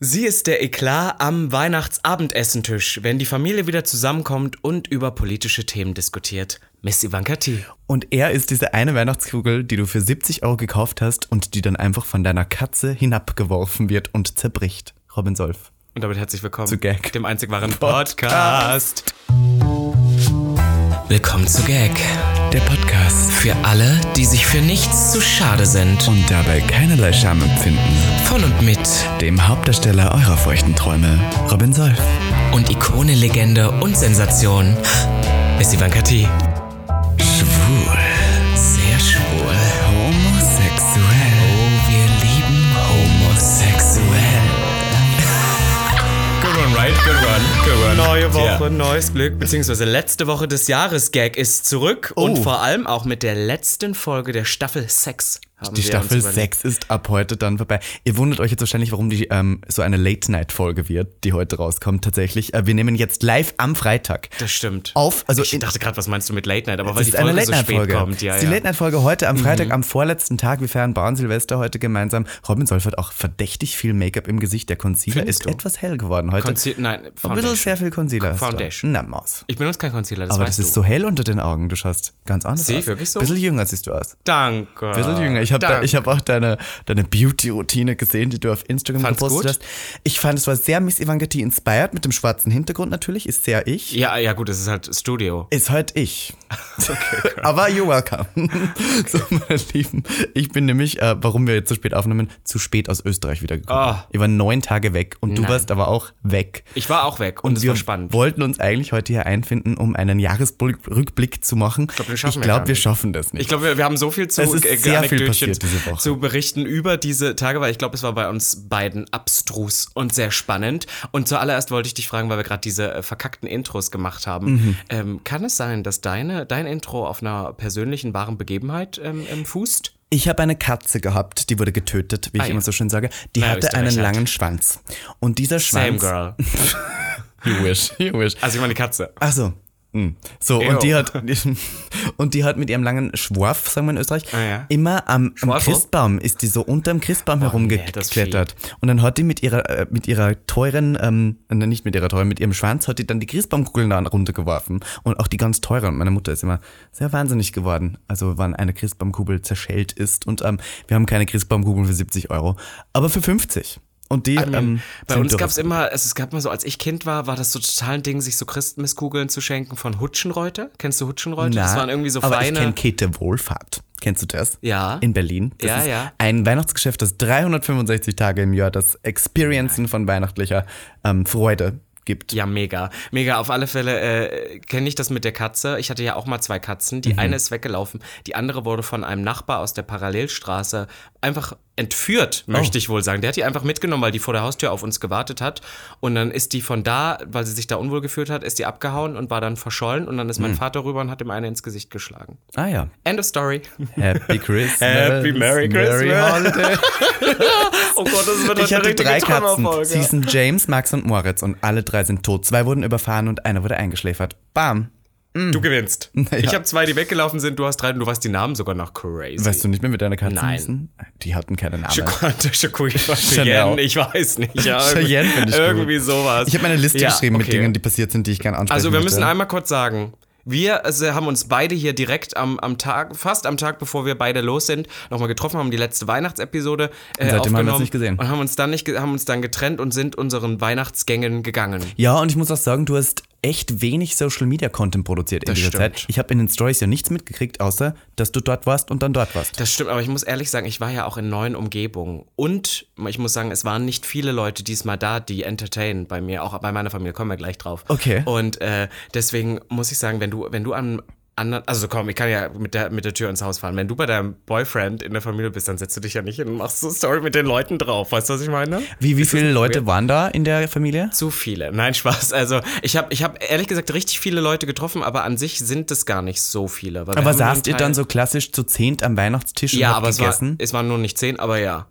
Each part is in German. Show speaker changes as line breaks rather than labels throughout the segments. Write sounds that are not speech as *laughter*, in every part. Sie ist der Eklat am Weihnachtsabendessentisch, wenn die Familie wieder zusammenkommt und über politische Themen diskutiert. Miss Ivanka T.
Und er ist diese eine Weihnachtskugel, die du für 70 Euro gekauft hast und die dann einfach von deiner Katze hinabgeworfen wird und zerbricht. Robin Solf.
Und damit herzlich willkommen
Zu Gag.
dem einzig wahren Podcast. Willkommen zu Gag,
Der Podcast.
für alle, die sich für nichts zu schade sind.
Und dabei keinerlei Scham empfinden.
Von und mit
Dem Hauptdarsteller eurer feuchten Träume, Robin Solf.
Also und Ikone, Legende und Sensation. Miss Ivanka T.
Schwul.
Sehr schwul.
Homosexuell.
Oh, wir lieben homosexuell. Good one, right? Good one, good one. Neue Woche, neues Glück, beziehungsweise letzte Woche des Jahres. Gag ist zurück und
Oh.
vor allem auch mit der letzten Folge der Staffel 6. Haben
Die
wir
Staffel
uns überlegt.
6 ist ab heute dann vorbei. Ihr wundert euch jetzt wahrscheinlich, warum die ähm, so eine Late-Night-Folge wird, die heute rauskommt tatsächlich. Äh, wir nehmen jetzt live am Freitag
Das stimmt.
auf. Also
ich
in-
dachte gerade, was meinst du mit Late Night? Aber weil
es
die
ist eine
Folge so spät
Late-Night-Folge.
kommt. Ja,
es ist die
ja. Mhm.
Late-Night-Folge heute am Freitag, am vorletzten Tag. Wir feiern Braun Silvester heute gemeinsam. Robin Solf hat auch verdächtig viel Make-up im Gesicht. Der Concealer
Findest
ist
du?
etwas hell geworden heute.
Conceal- nein,
Ein bisschen
Foundation.
sehr viel Concealer. hast du.
Foundation.
Na, Maus.
Ich benutze keinen Concealer, das
Aber
weißt
das ist
du.
so hell unter den Augen. Du schaust ganz anders
Sehe ich
aus.
wirklich so?
Bisschen jünger siehst du aus.
Danke.
Ein bisschen jünger. Ich habe
Danke.
hab auch deine, deine Beauty-Routine gesehen, die du auf Instagram
Fand's
gepostet
gut?
hast. Ich fand, es war sehr Miss Evangeti inspired mit dem schwarzen Hintergrund natürlich. Ist sehr ich.
Ja, ja gut, es ist halt Studio.
Ist halt
*laughs*
ich. Aber you're welcome. *laughs* So, meine Lieben. Ich bin nämlich, äh, warum wir jetzt so spät aufnehmen, zu spät aus Österreich wiedergekommen.
Ah.
Ich war neun Tage weg und du
Nein.
warst aber auch weg.
Ich war auch weg und, es
wir
war spannend.
wollten uns eigentlich heute hier einfinden, um einen Jahresrückblick zu machen. Ich
glaub, wir
glaube,
schaffen
wir,
wir gar nicht.
schaffen das nicht.
Ich glaube, wir, wir haben so viel zu
Es ist
äh,
sehr viel
Anekdötchen
passiert diese Woche.
zu berichten über diese Tage, weil ich glaube, es war bei uns beiden abstrus und sehr spannend. Und zuallererst wollte ich dich fragen, weil wir gerade diese äh, verkackten Intros gemacht haben.
Mhm.
Ähm, kann es sein, dass deine, dein Intro auf einer persönlichen wahren Begebenheit ähm, ähm, fußt?
Ich habe eine Katze gehabt, die wurde getötet, wie ich
Ah ja.
immer so schön sage. Die
Na,
hatte
Österreich
einen
halt.
langen Schwanz. Und dieser
Same
Schwanz.
girl.
You wish, you wish.
Also ich meine Katze.
Ach so. Hm. So,
Ew.
und die, hat, *laughs* und die hat mit ihrem langen Schwarf, sagen wir in Österreich,
Ah, ja.
immer am, am
Schwarfel?
Christbaum, ist die so unterm Christbaum
das
herumgeklettert. und dann hat die mit ihrer, äh, mit ihrer teuren, ähm, nein, nicht mit ihrer teuren, mit ihrem Schwanz, hat die dann die Christbaumkugeln dann runtergeworfen. Und auch die ganz teuren. Meine Mutter ist immer sehr wahnsinnig geworden. Also, wann eine Christbaumkugel zerschellt ist. Und ähm, wir haben keine Christbaumkugeln für 70 Euro, aber für 50. Und die, ähm,
Ah, Bei
sind
uns
durch.
gab es immer, also es gab immer so, als ich Kind war, war das so total ein Ding, sich so Christmiskugeln zu schenken von Hutschenreute. Kennst du Hutschenreute? das waren irgendwie so
aber
feine.
ich kenne Käthe Wohlfahrt. Kennst du das?
Ja.
In Berlin. Das
Ja,
ist
ja.
Ein Weihnachtsgeschäft, das 365 Tage im Jahr das Experiencen von weihnachtlicher ähm, Freude gibt.
Ja, mega. Mega. Auf alle Fälle äh, kenne ich das mit der Katze. Ich hatte ja auch mal zwei Katzen.
Mhm.
Die eine ist weggelaufen, die andere wurde von einem Nachbar aus der Parallelstraße einfach entführt,
Oh.
möchte ich wohl sagen. Der hat die einfach mitgenommen, weil die vor der Haustür auf uns gewartet hat. Und dann ist die von da, weil sie sich da unwohl gefühlt hat, ist die abgehauen und war dann verschollen. Und dann ist
Mhm.
mein Vater rüber und hat ihm eine ins Gesicht geschlagen.
Ah ja.
End of story.
*laughs* Happy Christmas.
Happy Merry Christmas.
Merry Holiday.
Oh Gott, das wird
Ich hatte drei Katzen. Sie
Folge.
sind James, Max und Moritz und alle drei sind tot. Zwei wurden überfahren und einer wurde eingeschläfert. Bam.
Du gewinnst. Ich
*laughs* Ja.
habe zwei, die weggelaufen sind. Du hast drei und du weißt die Namen sogar noch crazy.
Weißt du nicht mehr mit deiner Katze?
Nein.
wissen? Die hatten keinen Namen.
Schokolade, Schokolade, Cheyenne,
*laughs* Chanel.
ich weiß nicht. Ja,
Cheyenne
irgendwie,
finde ich gut.
irgendwie sowas.
Ich habe meine Liste
Ja,
geschrieben mit
okay.
Dingen, die passiert sind, die ich gerne ansprechen
Also wir müssen
möchte.
einmal kurz sagen, wir also, haben uns beide hier direkt am, am Tag, fast am Tag, bevor wir beide los sind, nochmal getroffen, haben die letzte Weihnachtsepisode äh,
seitdem haben wir uns
aufgenommen
nicht gesehen.
und haben uns dann nicht, ge- haben uns dann getrennt und sind unseren Weihnachtsgängen gegangen.
Ja, und ich muss auch sagen, du hast echt wenig Social Media Content produziert in
Das
dieser
stimmt.
Zeit. Ich habe in den Stories ja nichts mitgekriegt, außer dass du dort warst und dann dort warst.
Das stimmt, aber ich muss ehrlich sagen, ich war ja auch in neuen Umgebungen. Und ich muss sagen, es waren nicht viele Leute diesmal da, die entertainen bei mir, auch bei meiner Familie, kommen wir gleich drauf.
Okay.
Und äh, deswegen muss ich sagen, wenn du, wenn du an anderen, also komm, ich kann ja mit der, mit der Tür ins Haus fahren. Wenn du bei deinem Boyfriend in der Familie bist, dann setzt du dich ja nicht hin und machst so eine Story mit den Leuten drauf. Weißt du, was ich meine?
Wie, wie viele Leute waren da in der Familie?
Zu viele. Nein, Spaß. Also ich habe ich hab ehrlich gesagt richtig viele Leute getroffen, aber an sich sind es gar nicht so viele. weil wir
Aber
haben nur einen
saßt ihr
Teil-
dann so klassisch zu zehnt am Weihnachtstisch
ja,
und habt
aber es, war,
gegessen?
es waren nur nicht zehn, aber ja.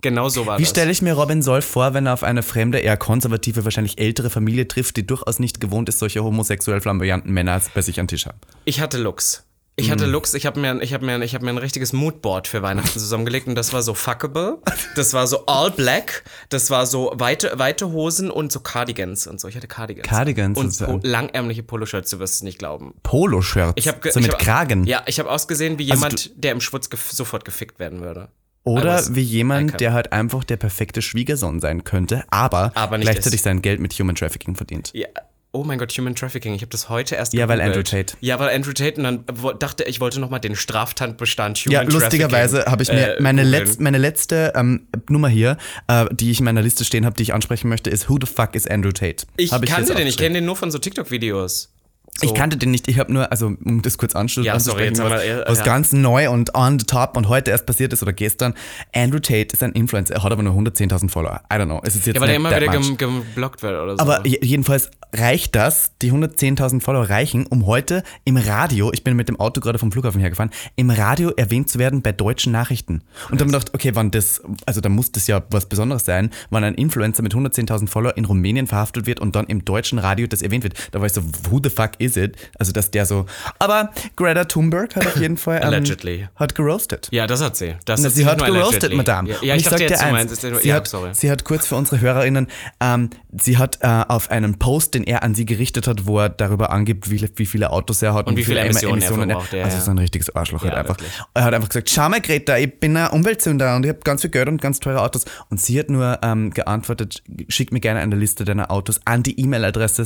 Genau so war
wie
das.
stelle ich mir Robin Solf vor, wenn er auf eine fremde, eher konservative, wahrscheinlich ältere Familie trifft, die durchaus nicht gewohnt ist, solche homosexuell flamboyanten Männer bei sich am Tisch haben?
ich hatte Lux. Ich hatte
Hm.
Lux, ich habe mir, ich hab mir, ich hab mir ein richtiges Moodboard für Weihnachten zusammengelegt und das war so fuckable, das war so all black, das war so weite, weite Hosen und so Cardigans und so. Ich hatte Cardigans.
Cardigans
und
sozusagen.
po langärmliche Poloshirts, du wirst es nicht glauben.
Poloshirts.
Ich hab ge-
so
ich
mit
hab-
Kragen. Also
Ja, ich habe ausgesehen wie jemand, der im Schwutz gef sofort gefickt werden würde.
Oder
Also,
wie
kann-
jemand, der halt einfach der perfekte Schwiegersohn sein könnte, aber,
Aber nicht
gleichzeitig
ist.
sein Geld mit Human Trafficking verdient.
Ja. Oh mein Gott, Human Trafficking. Ich habe das heute erst
Ja, weil
gegoogelt.
Andrew Tate.
Ja, weil Andrew Tate und dann wo- dachte ich, wollte nochmal den Straftatbestand Human
Ja,
Trafficking.
lustigerweise habe ich mir
äh,
meine,
googeln.
letz, meine letzte ähm, Nummer hier, äh, die ich in meiner Liste stehen habe, die ich ansprechen möchte, ist Who the fuck is Andrew Tate?
Ich
Hab
kannte
jetzt
den, ich
aufgeschrieben.
kenne den nur von so TikTok-Videos. So.
Ich kannte den nicht, ich habe nur, also um das kurz anschließend
Ja, sorry, jetzt haben wir-
was,
ja,
was
ja.
ganz neu und on the top und heute erst passiert ist oder gestern, Andrew Tate ist ein Influencer, er hat aber nur 110.000 Follower. I don't know, es ist jetzt
Ja, weil der
nicht
immer
that
wieder
much.
gem- geblockt wird oder so.
Aber je- jedenfalls reicht das, die 110.000 Follower reichen, um heute im Radio, ich bin mit dem Auto gerade vom Flughafen hergefahren, im Radio erwähnt zu werden bei deutschen Nachrichten. Und dann gedacht, okay, wann das, also da muss das ja was Besonderes sein, wann ein Influencer mit 110.000 Follower in Rumänien verhaftet wird und dann im deutschen Radio das erwähnt wird. Da war ich so, who the fuck is it? Also, dass der so, aber Greta Thunberg hat auf jeden Fall, ähm,
Allegedly.
hat geroastet.
ja, das hat sie. Das
Na,
ist
sie
nicht
hat
nur
geroastet,
allegedly.
Madame.
Ja,
Und
ja ich, dachte
sag dir
jetzt, du
eins,
meinst, es ist nur,
sie,
ja,
hat,
sorry.
sie hat kurz für unsere HörerInnen, ähm, sie hat äh, auf einen Post, den er an sie gerichtet hat, wo er darüber angibt, wie, wie viele Autos er hat und,
wie viele Emissionen er verbraucht,
er
ja,
Also
ja.
so ein richtiges Arschloch halt
Ja,
einfach.
wirklich.
Er hat einfach gesagt, schau mal Greta, ich bin ein Umweltsünder und ich habe ganz viel Geld und ganz teure Autos. Und sie hat nur ähm, geantwortet, schick mir gerne eine Liste deiner Autos an die E-Mail-Adresse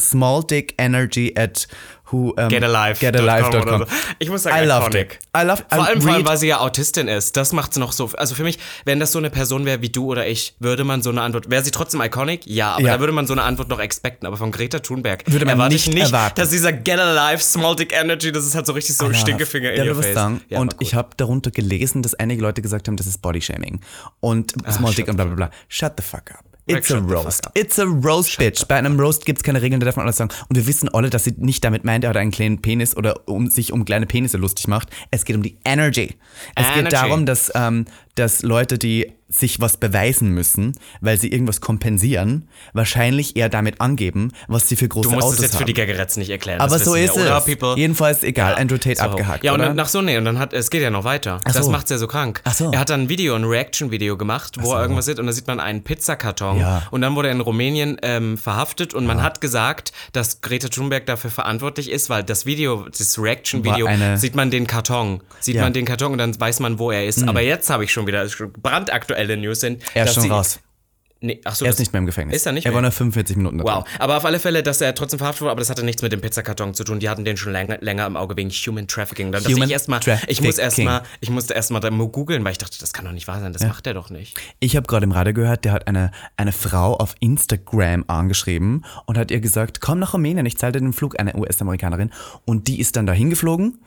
smalldickenergy at who, ähm,
getalive.com.
getalive.com.
oder so. Ich muss sagen,
I loved
iconic.
it. I loved- I
vor, allem, vor allem,
read-
weil sie ja Autistin ist. Das macht's noch so. Also für mich, wenn das so eine Person wäre wie du oder ich, würde man so eine Antwort. Wäre sie trotzdem iconic? Ja, aber
Ja.
da würde man so eine Antwort noch expecten. Aber von Greta Thunberg
Würde man
erwarte ich
nicht
nicht,
erwarten. Ah
dass dieser Get Alive, Small Dick Energy, das ist halt so richtig so Stinkefinger in
ja,
your
aber was
face.
Sagen.
Ja,
und
war gut.
ich habe darunter gelesen, dass einige Leute gesagt haben, das ist Bodyshaming und
Ah,
Small Dick und bla bla bla. Shut the fuck up. It's a
shut the fuck
roast.
up.
It's a roast, bitch. Bei einem Roast gibt's keine Regeln, da darf man alles sagen. Und wir wissen alle, dass sie nicht damit meint, er hat einen kleinen Penis oder um sich um kleine Penisse lustig macht. Es geht um die Energy. Es
Energy.
geht darum, dass, ähm, dass Leute, die sich was beweisen müssen, weil sie irgendwas kompensieren, wahrscheinlich eher damit angeben, was sie für große
Du musst
Autos
es jetzt
haben.
für die Gaggeretzen nicht erklären.
Aber
das
so
wissen
ist
wir, oder,
es.
People?
Jedenfalls egal. Andrew Tate abgehakt.
Ja, und
oder?
dann, nach so, nee, und dann hat, es geht ja noch weiter. Das
so.
macht's ja so krank.
Ach so.
Er hat dann ein Video, ein Reaction-Video gemacht, wo er irgendwas sieht und da sieht man einen Pizzakarton.
Ja.
Und dann wurde er in Rumänien ähm, verhaftet und man hat gesagt, dass Greta Thunberg dafür verantwortlich ist, weil das Video, das Reaction-Video,
War eine-
sieht man den Karton. Sieht
Ja. Mhm.
man den Karton und dann weiß man, wo er ist. Aber jetzt habe ich schon wieder schon brandaktuelle News sind.
Er ist
dass
schon
sie-
raus.
Nee, ach so,
Er
das-
ist nicht mehr im Gefängnis.
Ist er nicht
Er
mehr?
war nur 45 Minuten da
Wow,
drin.
aber auf alle Fälle, dass er trotzdem verhaftet wurde, aber das hatte nichts mit dem Pizzakarton zu tun. Die hatten den schon länger, länger im Auge wegen Human Trafficking. Dann dachte
Human
ich erstmal, ich muss
Trafficking.
erstmal, ich musste erstmal da mal googeln, weil ich dachte, das kann doch nicht wahr sein, das macht er doch nicht.
Ich habe gerade im Radio gehört, der hat eine, eine Frau auf Instagram angeschrieben und hat ihr gesagt, komm nach Rumänien, ich zahle dir den Flug, eine US-Amerikanerin. Und die ist dann dahin geflogen,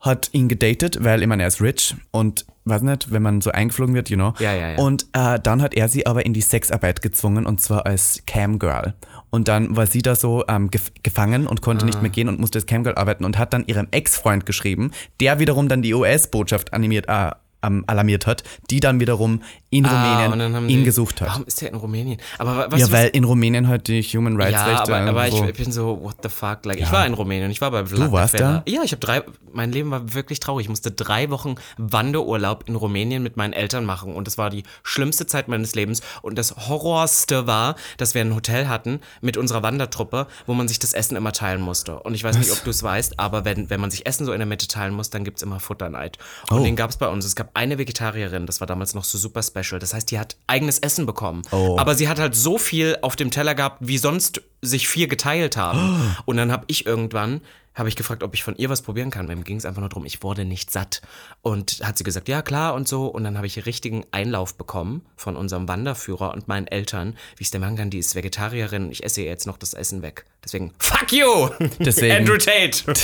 hat ihn gedatet, weil ich meine, er ist rich und weiß nicht, wenn man so eingeflogen wird, you know.
Ja, ja, ja.
Und äh, dann hat er sie aber in die Sexarbeit gezwungen und zwar als Camgirl. Und dann war sie da so ähm, gef gefangen und konnte
Ah.
nicht mehr gehen und musste als Camgirl arbeiten und hat dann ihrem Ex-Freund geschrieben, der wiederum dann die US-Botschaft animiert, äh, ähm, alarmiert hat, die dann wiederum in
Ah, und dann
Rumänien
haben
ihn
die-
gesucht hat.
Warum ist der in Rumänien? Aber wa- was,
ja,
was
weil in Rumänien halt die Human Rights
ja,
Rechte.
aber, aber ich, *laughs*
irgendwo-
ich bin so, what the fuck? Like, Ich war in Rumänien, ich war bei Vlad
Also, warst
Tefela.
da?
Ja, ich habe drei, mein Leben war wirklich traurig. Ich musste drei Wochen Wanderurlaub in Rumänien mit meinen Eltern machen und das war die schlimmste Zeit meines Lebens. Und das Horrorste war, dass wir ein Hotel hatten mit unserer Wandertruppe, wo man sich das Essen immer teilen musste. Und ich weiß nicht, ob du es weißt, aber wenn, wenn man sich Essen so in der Mitte teilen muss, dann gibt's immer Futterneid. Und
Oh.
den gab's bei uns. Es gab eine Vegetarierin, das war damals noch so super special. Das heißt, die hat eigenes Essen bekommen.
Oh.
Aber sie hat halt so viel auf dem Teller gehabt, wie sonst sich vier geteilt
Oh.
haben. Und dann habe ich irgendwann habe ich gefragt, ob ich von ihr was probieren kann. Mir ging es einfach nur darum, ich wurde nicht satt. Und hat sie gesagt, ja klar und so. Und dann habe ich richtigen Einlauf bekommen von unserem Wanderführer und meinen Eltern, wie ich es der machen kann, die ist Vegetarierin. Ich esse ihr jetzt noch das Essen weg. Deswegen, fuck you!
Deswegen.
Andrew Tate!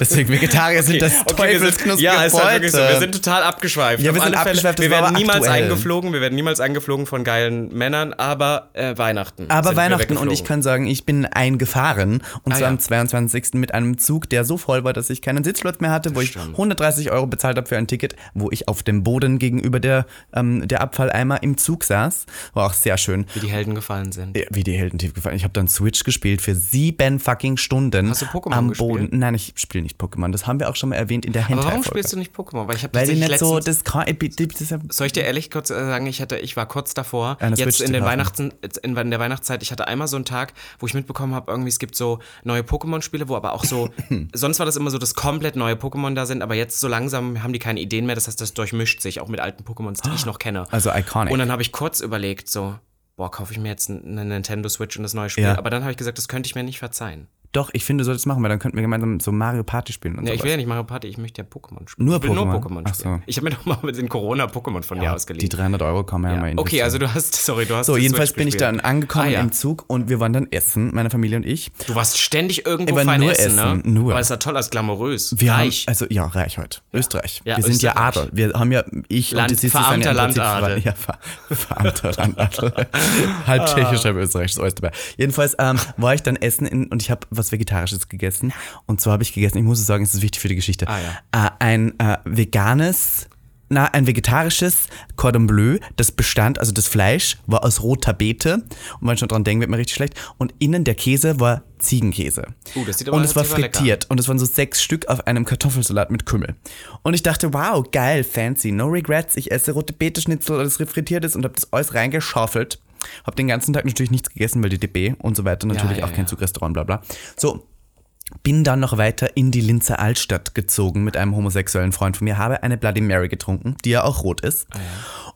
Deswegen Vegetarier sind das
wir sind,
Teufelsknuspige
ja, ist halt wirklich so.
Beute.
Wir sind total abgeschweift.
Ja, wir
Auf
sind
alle Fälle,
abgeschweift, das
Wir
war
werden
aber
niemals
aktuell.
eingeflogen. Wir werden niemals eingeflogen von geilen Männern, aber äh, Weihnachten.
Aber
sind wir
Weihnachten und
weggeflogen.
ich kann sagen, ich ich bin eingefahren und
Ah,
zwar
ja.
am 22. mit einem Zug, der so voll war, dass ich keinen Sitzplatz mehr hatte, wo ich 130 Euro bezahlt habe für ein Ticket, wo ich auf dem Boden gegenüber der, ähm, der Abfalleimer im Zug saß. War auch sehr schön.
wie die Helden gefallen sind.
Ja, Wie die Helden tief gefallen. Ich habe dann Switch gespielt für sieben fucking Stunden.
Hast du Pokémon
am
gespielt?
Boden. Nein, ich spiele nicht Pokémon. Das haben wir auch schon mal erwähnt in der
Aber
Hentai-Folge.
warum spielst du nicht Pokémon? Weil ich habe
Weil die
tatsächlich
nicht so,
letztens
das kann, ich, ich, das ist ja
Soll ich dir ehrlich kurz äh, sagen, ich hatte, ich war kurz davor,
Eine
jetzt
Switch
in
zu
den
kaufen.
Weihnachten, jetzt in, in der Weihnachtszeit, ich hatte einmal so einen Tag, wo ich mitbekommen habe, irgendwie es gibt so neue Pokémon-Spiele, wo aber auch
*laughs*
so, sonst war das immer so, dass komplett neue Pokémon da sind, aber jetzt so langsam haben die keine Ideen mehr, das heißt, das durchmischt sich auch mit alten Pokémons, die ich noch kenne.
also iconic.
Und dann habe ich kurz überlegt, so, boah, kaufe ich mir jetzt eine Nintendo Switch und das neue Spiel,
Ja.
aber dann habe ich gesagt, das könnte ich mir nicht verzeihen.
Doch, ich finde, du solltest machen, weil dann könnten wir gemeinsam so Mario Party spielen und
Ja,
so.
ich will ja nicht Mario Party, ich möchte ja Pokémon spielen.
Nur
ich will nur Pokémon
Pokémon? Ach
spielen.
so.
Ich habe mir doch mal mit den Corona-Pokémon von dir ausgeliehen.
Die 300 Euro kommen ja, mal in die
Okay, also du hast, sorry, du hast.
So,
die
jedenfalls
Switch
bin ich
gespielt.
dann angekommen
Ah, ja.
im Zug und wir waren dann essen, meine Familie und ich.
Du warst ständig irgendwo
Aber
fein
nur
essen,
essen,
ne?
nur.
Aber es sah toll aus, glamourös.
Wir
reich.
Haben, also ja, reich heute. Österreich.
Ja,
wir sind ja
Österreich.
Adel. Wir haben ja ich
Land-
die Sisters
verarmter
sind ja im Prinzip
Landadel.
verwandt. *laughs* Ja, ver, verarmter Landadel.
*laughs*
halb tschechisch,
Ah.
halb österreichisch, ist alles dabei. Jedenfalls ähm, war ich dann essen in, und ich habe was Vegetarisches gegessen. Und so habe ich gegessen, ich muss es sagen, es ist wichtig für die Geschichte.
Ah,
äh, ein äh, veganes na, ein vegetarisches Cordon Bleu, das bestand, also das Fleisch, war aus roter Beete. Und wenn man schon dran denkt, wird man richtig schlecht. Und innen der Käse war Ziegenkäse.
Uh, das sieht aber
und es war
relativ lecker.
frittiert frittiert. und es waren so sechs Stück auf einem Kartoffelsalat mit Kümmel. Und ich dachte, wow, geil, fancy, no regrets, ich esse rote Beete-Schnitzel, das refrittiert ist und habe das alles reingeschaufelt. Hab den ganzen Tag natürlich nichts gegessen, weil die DB und so weiter natürlich
ja,
auch kein
ja.
Zugrestaurant, bla bla. So, bin dann noch weiter in die Linzer Altstadt gezogen mit einem homosexuellen Freund von mir, habe eine Bloody Mary getrunken, die ja auch rot ist.
Ah,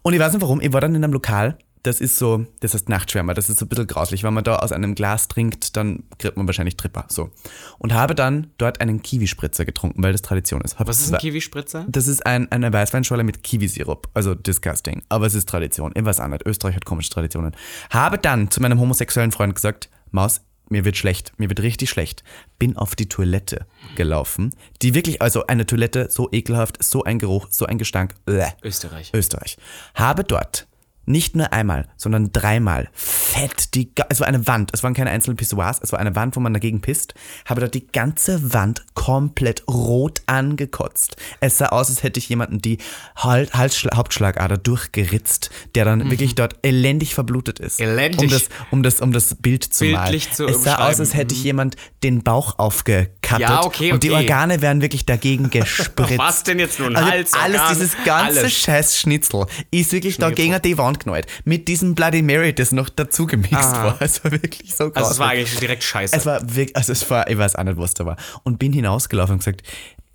Und ich weiß nicht warum, ich war dann in einem Lokal, das ist so, das heißt Nachtschwärmer, das ist so ein bisschen grauslich. Wenn man da aus einem Glas trinkt, dann kriegt man wahrscheinlich Tripper, so. Und habe dann dort einen Kiwispritzer getrunken, weil das Tradition ist. Hab
Was ist
zwei-
ein Kiwispritzer?
das ist ein, eine Weißweinschorle mit Kiwisirup. Also disgusting. Aber es ist Tradition. Irgendwas anderes. Österreich hat komische Traditionen. Habe dann zu meinem homosexuellen Freund gesagt, Maus, mir wird schlecht. Mir wird richtig schlecht. Bin auf die Toilette gelaufen. Die wirklich, also eine Toilette, so ekelhaft, so ein Geruch, so ein Gestank. Bleh.
Österreich.
Österreich. Habe dort nicht nur einmal, sondern dreimal fett die, ga- es war eine Wand, es waren keine einzelnen Pissoirs, es war eine Wand, wo man dagegen pisst, habe dort die ganze Wand komplett rot angekotzt. Es sah aus, als hätte ich jemanden die Hal- Halsschla- Hauptschlagader durchgeritzt, der dann wirklich dort elendig verblutet ist.
Mhm. Elendig.
Um das, um das, um das Bild zu
Bildlich
malen.
zu
es sah aus,
umschreiben.
als hätte ich jemand den Bauch aufgekattet
Ja, okay,
und die
okay.
Organe wären
*laughs*
wirklich dagegen gespritzt. Also
Was denn jetzt nun? Hals,
alles
Organ,
dieses ganze
alles.
scheiß Schnitzel ist wirklich da gegen die Wand knallt. Mit diesem Bloody Mary, das noch dazu gemixt war. *laughs* Es war wirklich so krass.
Ah. Also es war eigentlich direkt scheiße.
Es war wirklich, also es war, ich weiß auch nicht, was da war. Und bin hinausgelaufen und gesagt,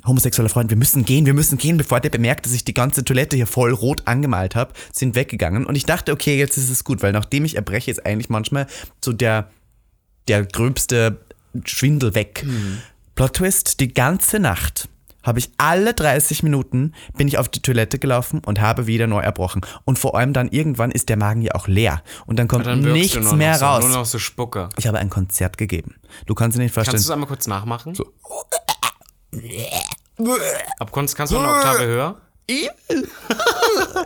homosexueller Freund, wir müssen gehen, wir müssen gehen, bevor der bemerkt, dass ich die ganze Toilette hier voll rot angemalt habe, sind weggegangen. Und ich dachte, okay, jetzt ist es gut, weil nachdem ich erbreche, ist eigentlich manchmal so der, der gröbste Schwindel weg.
Mhm.
Plot Twist, die ganze Nacht habe ich alle 30 Minuten bin ich auf die Toilette gelaufen und habe wieder neu erbrochen. Und vor allem dann irgendwann ist der Magen ja auch leer. Und dann kommt
Dann wirkst du
nichts
nur
mehr
noch so,
raus.
Nur noch so Spucke.
Ich habe ein Konzert gegeben. Du kannst dir nicht
Kannst du
vorstellen.
es einmal kurz nachmachen? So. Ab kannst, kannst du noch eine Oktave höher?
Ja,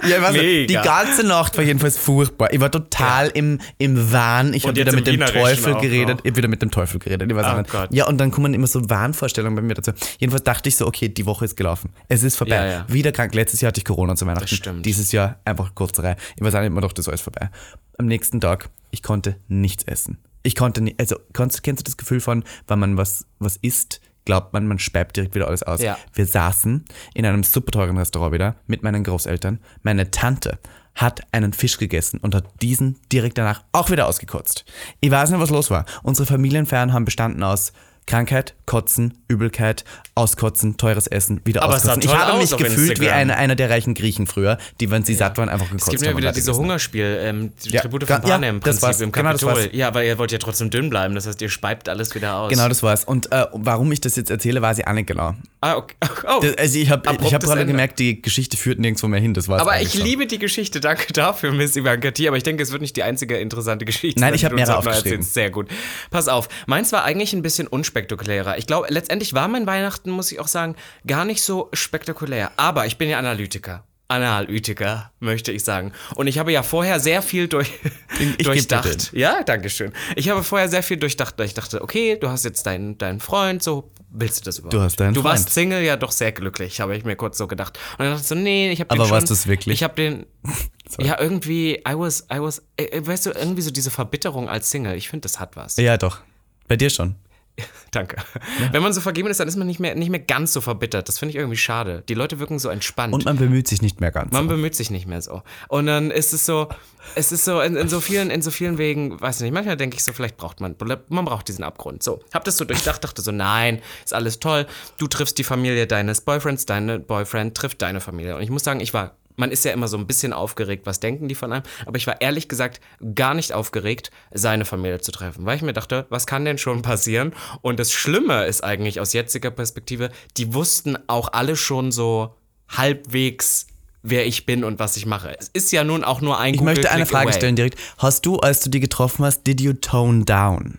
ich weiß nicht, die
Mega.
ganze Nacht war jedenfalls furchtbar. Ich war total im, im Wahn. Ich habe
jetzt
wieder mit
im
dem
Wienerischen
Teufel
auch
geredet.
noch.
Ich habe wieder mit dem Teufel geredet. Ich weiß auch
Oh
nicht.
Gott.
Ja, und dann kommen immer so Wahnvorstellungen bei mir dazu. Jedenfalls dachte ich so, okay, die Woche ist gelaufen. Es ist vorbei.
Ja, ja.
Wieder krank. Letztes Jahr hatte ich Corona zu Weihnachten.
Das stimmt.
Dieses Jahr einfach kurz rein. Ich weiß auch nicht, man dachte, das ist alles vorbei. Am nächsten Tag, ich konnte nichts essen. Ich konnte nicht, also kannst, kennst du das Gefühl von, wenn man was, was isst, glaubt man, man speibt direkt wieder alles aus.
Ja.
Wir saßen in einem super teuren Restaurant wieder mit meinen Großeltern. Meine Tante hat einen Fisch gegessen und hat diesen direkt danach auch wieder ausgekotzt. Ich weiß nicht, was los war. Unsere Familienfeiern haben bestanden aus Krankheit, Kotzen, Übelkeit, Auskotzen, teures Essen, wieder
Aber es sah
auskotzen. Ich
toll
habe
aus
mich
auf
gefühlt wie
Instagram.
eine, einer der reichen Griechen früher, die, wenn sie satt waren, einfach gekotzt
Es
haben.
gibt mir
und
wieder
weiter
diese
gegessen.
Hungerspiel, ähm, die
Ja,
Tribute
ga-
von Panem
ja,
im
das
Prinzip,
war's.
im
Genau, das
Kapitol.
war's.
ja, weil ihr wollt ja trotzdem dünn bleiben, das heißt, ihr speibt alles wieder aus.
Genau, das war's. Und äh, warum ich das jetzt erzähle, weiß ich auch nicht genau.
Ah, okay. *laughs* Oh,
Das- Also ich habe ich hab
Abruptes
gerade
Ende.
gemerkt, die Geschichte führt nirgendwo mehr hin. Das war's
Aber
eigentlich
ich
schon.
liebe die Geschichte. Danke dafür, Miss Ivanka T. Aber ich denke, es wird nicht die einzige interessante Geschichte.
Nein,
sein,
ich
die
hab
du uns
mehrere
heute noch
aufgeschrieben.
erzählst. Sehr gut. Pass auf. Meins war eigentlich ein bisschen unspektakulärer. Ich glaube, letztendlich war mein Weihnachten, muss ich auch sagen, gar nicht so spektakulär. Aber ich bin ja Analytiker. Analytiker, möchte ich sagen. Und ich habe ja vorher sehr viel durch,
Ich geb dir
durchdacht. Ja, danke schön. Ich habe vorher sehr viel durchdacht, weil ich dachte, okay, du hast jetzt deinen, deinen Freund, so willst du das überhaupt?
hast deinen
Du warst
Freund.
Single, ja doch sehr glücklich, habe ich mir kurz so gedacht. Und dann dachte ich so, nee, ich habe
Aber
den
warst
schon,
du's wirklich?
Ich habe
*laughs*
den, ja irgendwie, I was, I was, äh, äh, weißt du, irgendwie so diese Verbitterung als Single, ich finde, das hat was.
Ja, doch. Bei dir schon.
Danke. Wenn man so vergeben ist, dann ist man nicht mehr, nicht mehr ganz so verbittert. Das finde ich irgendwie schade. Die Leute wirken so entspannt.
Und man bemüht sich nicht mehr ganz.
Man bemüht sich nicht mehr so. Und dann ist es so, es ist so in, in so vielen, in so vielen Wegen, weiß nicht, manchmal denke ich so, vielleicht braucht man, man braucht diesen Abgrund. So, hab das so durchdacht, dachte so, nein, ist alles toll. Du triffst die Familie deines Boyfriends, deine Boyfriend trifft deine Familie. Und ich muss sagen, ich war, man ist ja immer so ein bisschen aufgeregt, was denken die von einem, aber ich war ehrlich gesagt gar nicht aufgeregt, seine Familie zu treffen, weil ich mir dachte, was kann denn schon passieren? Und das Schlimme ist eigentlich aus jetziger Perspektive, die wussten auch alle schon so halbwegs wer ich bin und was ich mache. Es ist ja nun auch nur ein
ich möchte eine Frage stellen direkt. Hast du, als du die getroffen hast, did you tone down?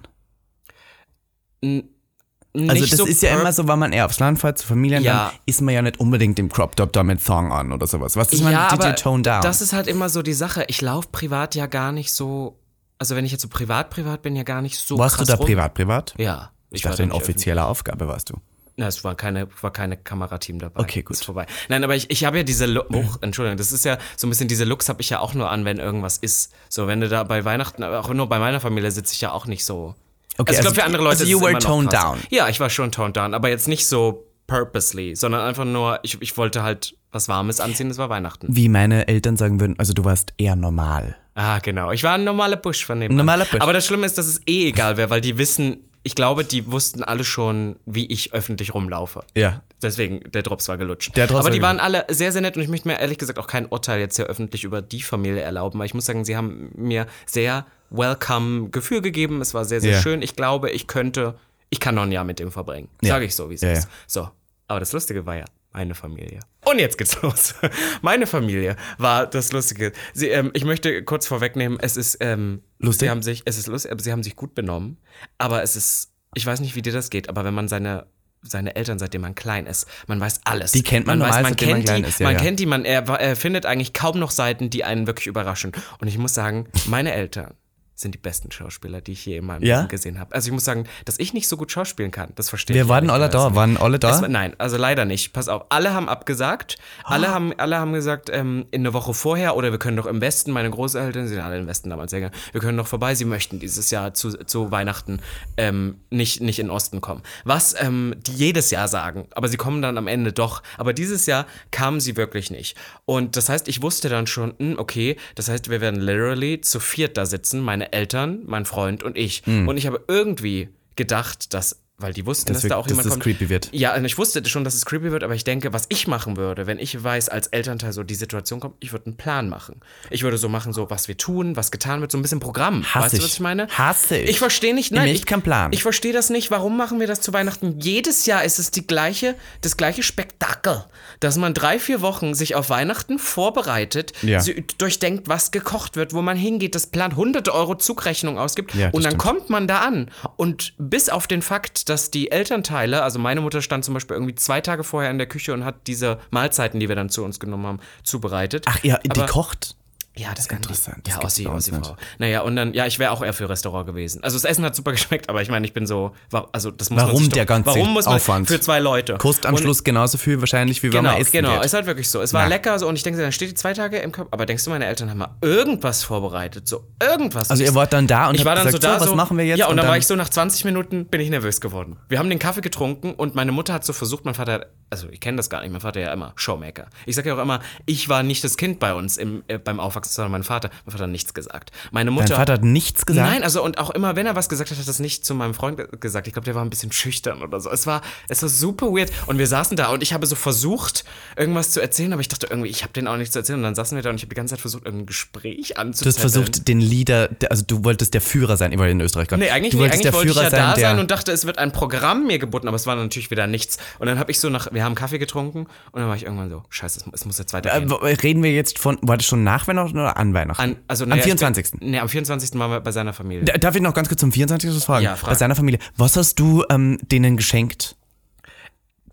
Also das ist ja immer so, wenn man eher aufs Land fährt, zu Familien,
Ja.
dann ist man ja nicht unbedingt im Crop Top da mit Thong an oder sowas. Was ist man,
ja,
did
aber
you tone down?
Das ist halt immer so die Sache. Ich laufe privat ja gar nicht so. Also wenn ich jetzt so privat privat bin, ja gar nicht so.
warst du
krass
da
rum.
privat, privat?
Ja.
Ich
war
dachte,
da
in
nicht öffentlich.
offizieller Aufgabe warst du.
Na, es war keine, war keine Kamerateam dabei.
Okay, gut.
Ist vorbei. Nein, aber ich, ich habe ja diese Look, oh, Entschuldigung, das ist ja so ein bisschen, diese Looks habe ich ja auch nur an, wenn irgendwas ist. So, wenn du da bei Weihnachten, aber auch nur bei meiner Familie sitze ich ja auch nicht so.
Okay,
also, ich glaube,
also-
für andere Leute
also
ist
you
es
were
immer noch
toned
krass.
down.
Ja, ich war schon toned down, aber jetzt nicht so purposely, sondern einfach nur, ich, ich wollte halt was Warmes anziehen, es war Weihnachten.
Wie meine Eltern sagen würden, also du warst eher normal.
Ah, genau. Ich war ein normaler Busch von dem.
Normaler Busch.
Aber das Schlimme ist, dass es eh egal wäre, weil die wissen, ich glaube, die wussten alle schon, wie ich öffentlich rumlaufe.
Ja.
Deswegen, der Drops war gelutscht.
Der Drops
Aber
war
die waren
gelutscht.
alle sehr, sehr nett und ich möchte mir ehrlich gesagt auch kein Urteil jetzt hier öffentlich über die Familie erlauben, weil ich muss sagen, sie haben mir sehr welcome Gefühl gegeben. Es war sehr, sehr
Ja.
schön. Ich glaube, ich könnte, ich kann noch ein Jahr mit dem verbringen. Sage ich so, wie es
Ja,
ist.
ja.
So. Aber das Lustige war ja meine Familie. Und jetzt geht's *laughs* los. Meine Familie war das Lustige. Sie, ähm, ich möchte kurz vorwegnehmen, es ist ähm,
Lustig?
Sie haben sich, es ist lustig, aber sie haben sich gut benommen. Aber es ist, ich weiß nicht, wie dir das geht, aber wenn man seine seine Eltern, seitdem man klein ist. Man weiß alles.
Die kennt man normal,
weiß, man
seitdem man
kennt
klein
die,
ist, ja,
man
ja.
kennt die, man er, er findet eigentlich kaum noch Seiten, die einen wirklich überraschen. Und ich muss sagen, meine Eltern sind die besten Schauspieler, die ich je in meinem
Ja?
Leben gesehen habe. Also ich muss sagen, dass ich nicht so gut schauspielen kann, das verstehe ich.
Wir waren
ehrlich
alle
gesagt
da, waren alle da.
es war- nein, also leider nicht. Pass auf, alle haben abgesagt. Alle
Ah.
haben, alle haben gesagt, ähm, in der Woche vorher oder wir können doch im Westen, meine Großeltern sind alle im Westen damals gegangen, wir können doch vorbei, sie möchten dieses Jahr zu, zu Weihnachten ähm, nicht, nicht in den Osten kommen. Was ähm, die jedes Jahr sagen, aber sie kommen dann am Ende doch. Aber dieses Jahr kamen sie wirklich nicht. Und das heißt, ich wusste dann schon, hm, okay, das heißt, wir werden literally zu viert da sitzen, meine Eltern, mein Freund und ich. Und ich habe irgendwie gedacht, dass, weil die wussten, dass
wir-
da auch
dass
jemand
Hm. das
kommt.
creepy wird.
Ja, und ich wusste schon, dass es creepy wird, aber ich denke, was ich machen würde, wenn ich weiß, als Elternteil so die Situation kommt, ich würde einen Plan machen. Ich würde so machen, so was wir tun, was getan wird, so ein bisschen Programm.
Hasse
weißt du,
ich.
was ich meine?
Hasse ich.
Ich verstehe nicht, nein.
Nicht
ich,
kein Plan.
Ich verstehe das nicht. Warum machen wir das zu Weihnachten? Jedes Jahr ist es die gleiche, das gleiche Spektakel, dass man drei, vier Wochen sich auf Weihnachten vorbereitet,
Ja.
sie- durchdenkt, was gekocht wird, wo man hingeht, das plant, hunderte Euro Zugrechnung ausgibt
Ja, das
und dann
stimmt.
kommt man da an und bis auf den Fakt, dass die Elternteile, also meine Mutter stand zum Beispiel irgendwie zwei Tage vorher in der Küche und hat diese Mahlzeiten, die wir dann zu uns genommen haben, zubereitet.
Ach ja, die
Aber-
kocht.
ja, das kann
interessant.
Die.
Das
Ja,
gibt's
Ossi,
bei uns
Ossi
nicht.
Frau. Naja, und dann, ja, ich wäre auch eher für Restaurant gewesen. Also das Essen hat super *laughs* geschmeckt, aber ich meine, ich bin so, wa- also das muss man
Warum
sich doch,
der ganze
warum muss man
Aufwand?
für zwei Leute?
Kost am
und,
Schluss genauso viel wahrscheinlich, wie wenn
Genau,
man essen
genau.
geht.
Ist halt wirklich so. Es war lecker so und ich denke, dann steht die zwei Tage im Kopf. Aber denkst du, meine Eltern haben mal irgendwas vorbereitet? So irgendwas.
Also ihr wart dann da und
ich
habt
war dann
gesagt,
so da,
so, was
so,
machen wir jetzt?
Ja, und,
Und
dann, war
dann-
ich so, nach 20 Minuten bin ich nervös geworden. Wir haben den Kaffee getrunken und meine Mutter hat so versucht, mein Vater, also ich kenne das gar nicht, mein Vater ja immer, Showmaker. Ich sage ja auch immer, ich war nicht das Kind bei uns im, äh, beim Aufwachsen, sondern mein Vater. Mein Vater hat nichts gesagt. Meine Mutter.
Dein Vater hat nichts gesagt.
Nein, also und auch immer, wenn er was gesagt hat, hat er das nicht zu meinem Freund ge- gesagt. Ich glaube, der war ein bisschen schüchtern oder so. Es war, es war super weird. Und wir saßen da und ich habe so versucht, irgendwas zu erzählen, aber ich dachte irgendwie, ich habe den auch nichts zu erzählen. Und dann saßen wir da und ich habe die ganze Zeit versucht, irgendein Gespräch
Du hast
anzuzetteln.
versucht, den Leader, der- also du wolltest der Führer sein, weil in Österreich gerade.
Nee, eigentlich,
du
nee,
wolltest
eigentlich
der
wollte ich
Führer
ja da
der,
sein und dachte, es wird ein Programm mir geboten, aber es war natürlich wieder nichts. Und dann habe ich so nach, wir haben Kaffee getrunken und dann war ich irgendwann so, scheiße, es, mu- es muss jetzt weitergehen.
Äh, w- reden wir jetzt von, war das schon nach Weihnachten oder an Weihnachten?
An- also,
am
naja, ich bin-
24.
Nee, am 24. waren wir bei seiner Familie.
Da- Darf ich noch ganz kurz zum 24. was fragen?
Ja, frag.
Bei seiner Familie. Was hast du ähm, denen geschenkt?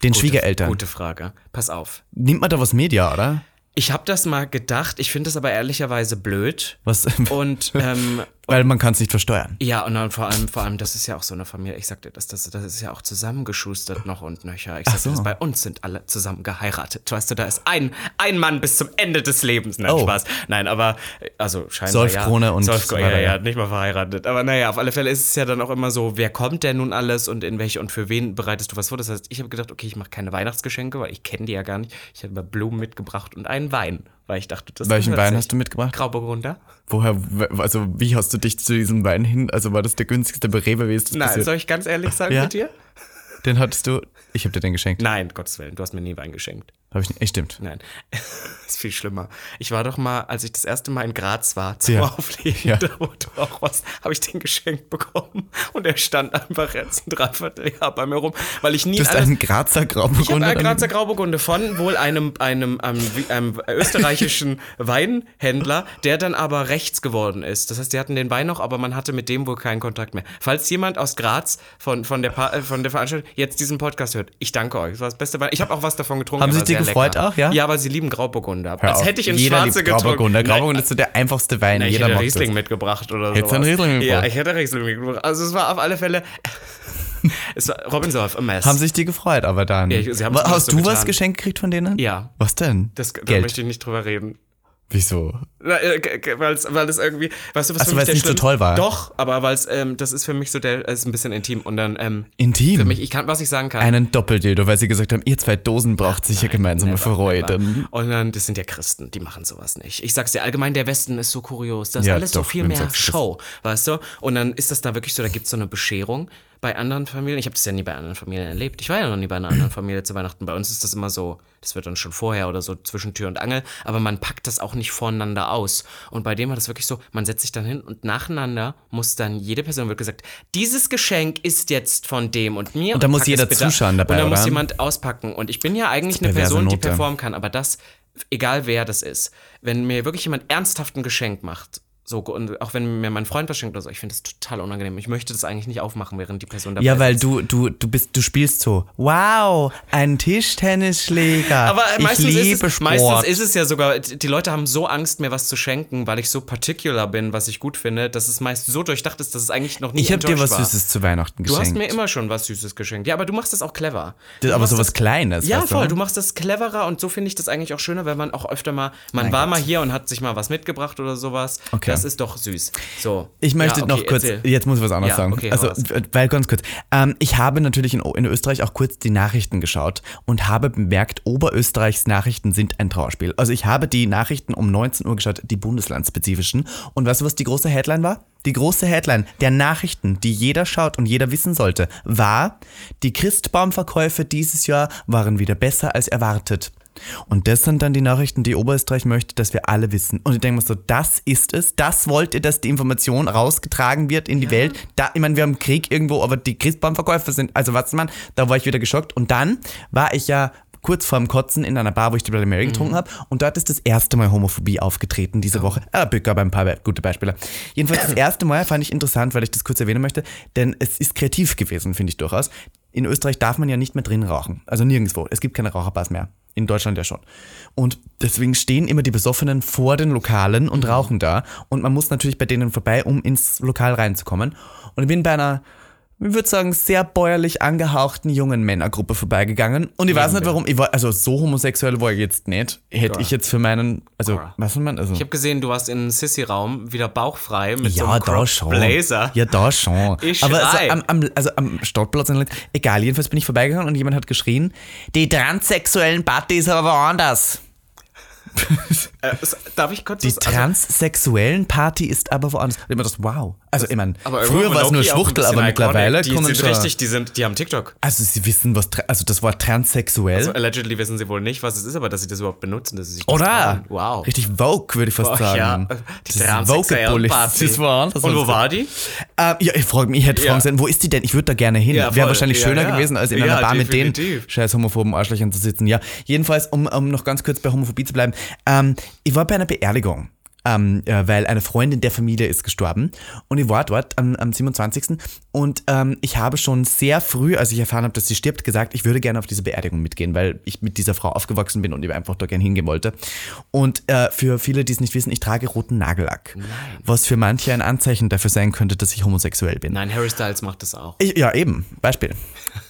Den Schwiegereltern.
Gute Frage. Pass auf.
Nimmt man da was mit, ja, oder?
Ich habe das mal gedacht, ich finde das aber ehrlicherweise
*laughs*
blöd.
Was,
Und ähm,
weil man kann es nicht versteuern.
ja, und dann vor allem, vor allem, das ist ja auch so eine Familie, ich sagte das, das, das ist ja auch zusammengeschustert noch und nöcher. Ich sagte
so.
das, bei uns sind alle zusammen geheiratet. Weißt du, da ist ein, ein Mann bis zum Ende des Lebens. Nein,
Oh.
Spaß. Nein, aber, äh, also scheinbar
Solfkrone
ja.
und-
Solfkrone,
warte,
ja, ja,
ja.
nicht mal verheiratet. Aber naja, auf alle Fälle ist es ja dann auch immer so, wer kommt denn nun alles und in welche und für wen bereitest du was vor? Das heißt, ich habe gedacht, okay, ich mache keine Weihnachtsgeschenke, weil ich kenne die ja gar nicht. Ich habe mal Blumen mitgebracht und einen Wein, weil ich dachte, das
Welchen
gehört
Wein
sich.
hast du mitgebracht?
Grauburgunder?
Woher, w- also wie hast du dich zu diesem Wein hin? Also war das der günstigste bei Rewe? Wie ist das
Nein,
passiert?
soll ich ganz ehrlich sagen
Ja?
mit dir?
Den hattest du. Ich habe dir den geschenkt.
Nein, um Gottes Willen, du hast mir nie Wein geschenkt.
Habe ich nicht. Echt stimmt.
Nein, *laughs* ist viel schlimmer. Ich war doch mal, als ich das erste Mal in Graz war, zum
Ja.
Auflegen, *laughs*
Ja.
da wurde auch was, habe ich den geschenkt bekommen und er stand einfach jetzt ein Dreivierteljahr bei mir rum, weil ich nie
Du bist
alles-
ein
Ich
Grazer
habe
Grauburgunder.
einen Grazer
damit-
Grauburgunde von wohl einem, einem, einem, einem
*laughs*
österreichischen Weinhändler, der dann aber rechts geworden ist. Das heißt, die hatten den Wein noch, aber man hatte mit dem wohl keinen Kontakt mehr. Falls jemand aus Graz von, von, der, Pa- äh, von der Veranstaltung jetzt diesen Podcast hört, ich danke euch. Das war das beste Wein. Ich habe auch was davon getrunken.
Haben
der
Sie
war
sich
sehr
gefreut
lecker.
auch, ja?
Ja, aber sie lieben Grauburgunder.
Hör
Als
auf.
hätte ich ins
Jeder
Schwarze
liebt Grauburgunder.
getrunken. Nein,
Grauburgunder ist so der einfachste Wein.
Nein, ich
Jeder
hätte
mag
Riesling
das.
mitgebracht oder so.
Hättest du einen Riesling mitgebracht?
Ja, ich hätte Riesling mitgebracht. Also es war auf alle Fälle. *laughs* es war Robinsdorf, a mess.
Haben sich die gefreut, aber dann.
Ja, sie haben
Wa-
es
hast
so
du was
getan.
geschenkt gekriegt von denen?
ja,
Was denn?
das, da
Geld.
möchte ich nicht drüber reden.
Wieso?
Na, äh, g- g- Weil's, weil es irgendwie, weißt du, was
Ach so,
für mich
weil's
der
nicht so
schlimm-
toll war.
Doch, aber weil es, ähm, das ist für mich so, der ist ein bisschen intim und dann, ähm,
Intim.
für mich, ich kann, was ich sagen kann.
einen Doppeldildo, weil sie gesagt haben, ihr zwei Dosen braucht sicher gemeinsame Verräuten.
und dann, das sind ja Christen, die machen sowas nicht. Ich sag's dir allgemein, der Westen ist so kurios. Das ist
Ja,
alles so
doch,
viel
wem
mehr
sagst du das?
Show, weißt du? Und dann ist das da wirklich so, da gibt's so eine Bescherung bei anderen Familien. Ich habe das ja nie bei anderen Familien erlebt. Ich war ja noch nie bei einer anderen Familie zu Weihnachten. Bei uns ist das immer so, das wird dann schon vorher oder so zwischen Tür und Angel, aber man packt das auch nicht voneinander aus. Und bei dem war das wirklich so, man setzt sich dann hin und nacheinander muss dann jede Person wird gesagt, dieses Geschenk ist jetzt von dem und mir. Und
da muss
pack
jeder
es bitte-
zuschauen dabei,
Und da muss
oder?
jemand auspacken. Und ich bin ja eigentlich eine
perverse
Person, die
Note.
performen kann, aber das, egal wer das ist, wenn mir wirklich jemand ernsthaft ein Geschenk macht, so, und auch wenn mir mein Freund was schenkt oder so, ich finde das total unangenehm. Ich möchte das eigentlich nicht aufmachen, während die Person dabei
Ja, weil
sitzt.
du, du, du bist, du spielst so. Wow, ein Tischtennisschläger.
Aber äh,
ich
meistens,
liebe
ist es,
Sport.
meistens ist es ja sogar, die Leute haben so Angst, mir was zu schenken, weil ich so particular bin, was ich gut finde, dass es meist so durchdacht ist, dass es eigentlich noch nie
ich habe dir
enttäuscht
was
war.
Süßes zu Weihnachten
Du
geschenkt.
hast mir immer schon was Süßes geschenkt. Ja, aber du machst das auch clever.
Das-
Du
aber
machst
sowas
das-
Kleines.
Ja,
weißt
voll.
Du?
Du machst das cleverer und so finde ich das eigentlich auch schöner, weil man auch öfter mal, man
Mein
war
Gott.
mal hier und hat sich mal was mitgebracht oder sowas.
Okay.
Das ist doch süß. So.
Ich möchte
Ja, okay,
noch kurz,
erzähl.
jetzt muss ich was anderes
Ja,
sagen.
okay, hau
also,
raus.
weil ganz kurz. Ähm, ich habe natürlich in, O- in Österreich auch kurz die Nachrichten geschaut und habe bemerkt, Oberösterreichs Nachrichten sind ein Trauerspiel. Also ich habe die Nachrichten um 19 Uhr geschaut, die bundeslandspezifischen. Und weißt du, was die große Headline war? Die große Headline der Nachrichten, die jeder schaut und jeder wissen sollte, war, die Christbaumverkäufe dieses Jahr waren wieder besser als erwartet. Und das sind dann die Nachrichten, die Oberösterreich möchte, dass wir alle wissen. Und ich denke mir so, das ist es. Das wollt ihr, dass die Information rausgetragen wird in die Welt. Da, ich meine, wir haben Krieg irgendwo, aber die Christbaumverkäufer sind, also was man, da war ich wieder geschockt. Und dann war ich ja kurz vorm Kotzen in einer Bar, wo ich die Bloody Mary getrunken habe. Und dort ist das erste Mal Homophobie aufgetreten diese Woche. Ah, Bück gab ein paar be- gute Beispiele. Jedenfalls das erste Mal fand ich interessant, weil ich das kurz erwähnen möchte, denn es ist kreativ gewesen, finde ich durchaus. In Österreich darf man ja nicht mehr drin rauchen. Also nirgendwo. Es gibt keine Raucherbars mehr. In Deutschland ja schon. Und deswegen stehen immer die Besoffenen vor den Lokalen und rauchen da. Und man muss natürlich bei denen vorbei, um ins Lokal reinzukommen. Und ich bin bei einer, ich würde sagen, sehr bäuerlich angehauchten jungen Männergruppe vorbeigegangen. Und ich weiß nicht warum. Ich war, also so homosexuell war ich jetzt nicht. Hätte ich jetzt für meinen, also,
Ja.
was soll man, also.
Ich habe gesehen, du warst im Sissy-Raum wieder bauchfrei mit so
ja,
einem
da
Crop
schon.
Blazer.
Ja, da schon.
Ich
Aber so
schrei.
am, am, also am Stadtplatz, egal, jedenfalls bin ich vorbeigegangen und jemand hat geschrien, die transsexuellen Party ist aber woanders.
Äh, s- darf ich kurz
Die
was- also,
transsexuellen Party ist aber woanders. Und Immer das Wow. Also ich meine,
aber
früher
irgendwo
war es nur
Nokia auch ein
Schwuchtel,
bisschen
aber mittlerweile
iconic. Die
kommen
sind
da-
richtig, die sind, die haben TikTok.
Also sie wissen was, tra- also das Wort transsexuell,
So, allegedly wissen sie wohl nicht, was es ist, aber dass sie das überhaupt benutzen, dass sie sich das
oder?
trauen. also, Wow.
Richtig Vogue würde ich fast
Ach
sagen.
ja,
Das
die
ist
transsexuelle
Vogue-Police.
Party.
Das war anders
Und wo
als-
war die?
Ähm, ja, ich frage mich, ich hätte
Ja.
fragen sollen, wo ist die denn? Ich würde da gerne hin.
Ja,
Wäre
voll.
wahrscheinlich
Ja,
schöner
ja.
gewesen, als in einer
Ja,
Bar mit den
definitiv.
scheiß homophoben Arschlöchern zu sitzen. Ja, jedenfalls, um, um noch ganz kurz bei Homophobie zu bleiben. Ähm, ich war bei einer Beerdigung. Äh, ähm, äh, weil eine Freundin der Familie ist gestorben. Und ich war dort am, am 27. Und ähm, ich habe schon sehr früh, als ich erfahren habe, dass sie stirbt, gesagt, ich würde gerne auf diese Beerdigung mitgehen, weil ich mit dieser Frau aufgewachsen bin und ich einfach da gerne hingehen wollte. Und äh, für viele, die es nicht wissen, ich trage roten Nagellack. Was für manche ein Anzeichen dafür sein könnte, dass ich homosexuell bin.
Nein, Harry Styles macht das auch.
Ich, ja, eben. Beispiel.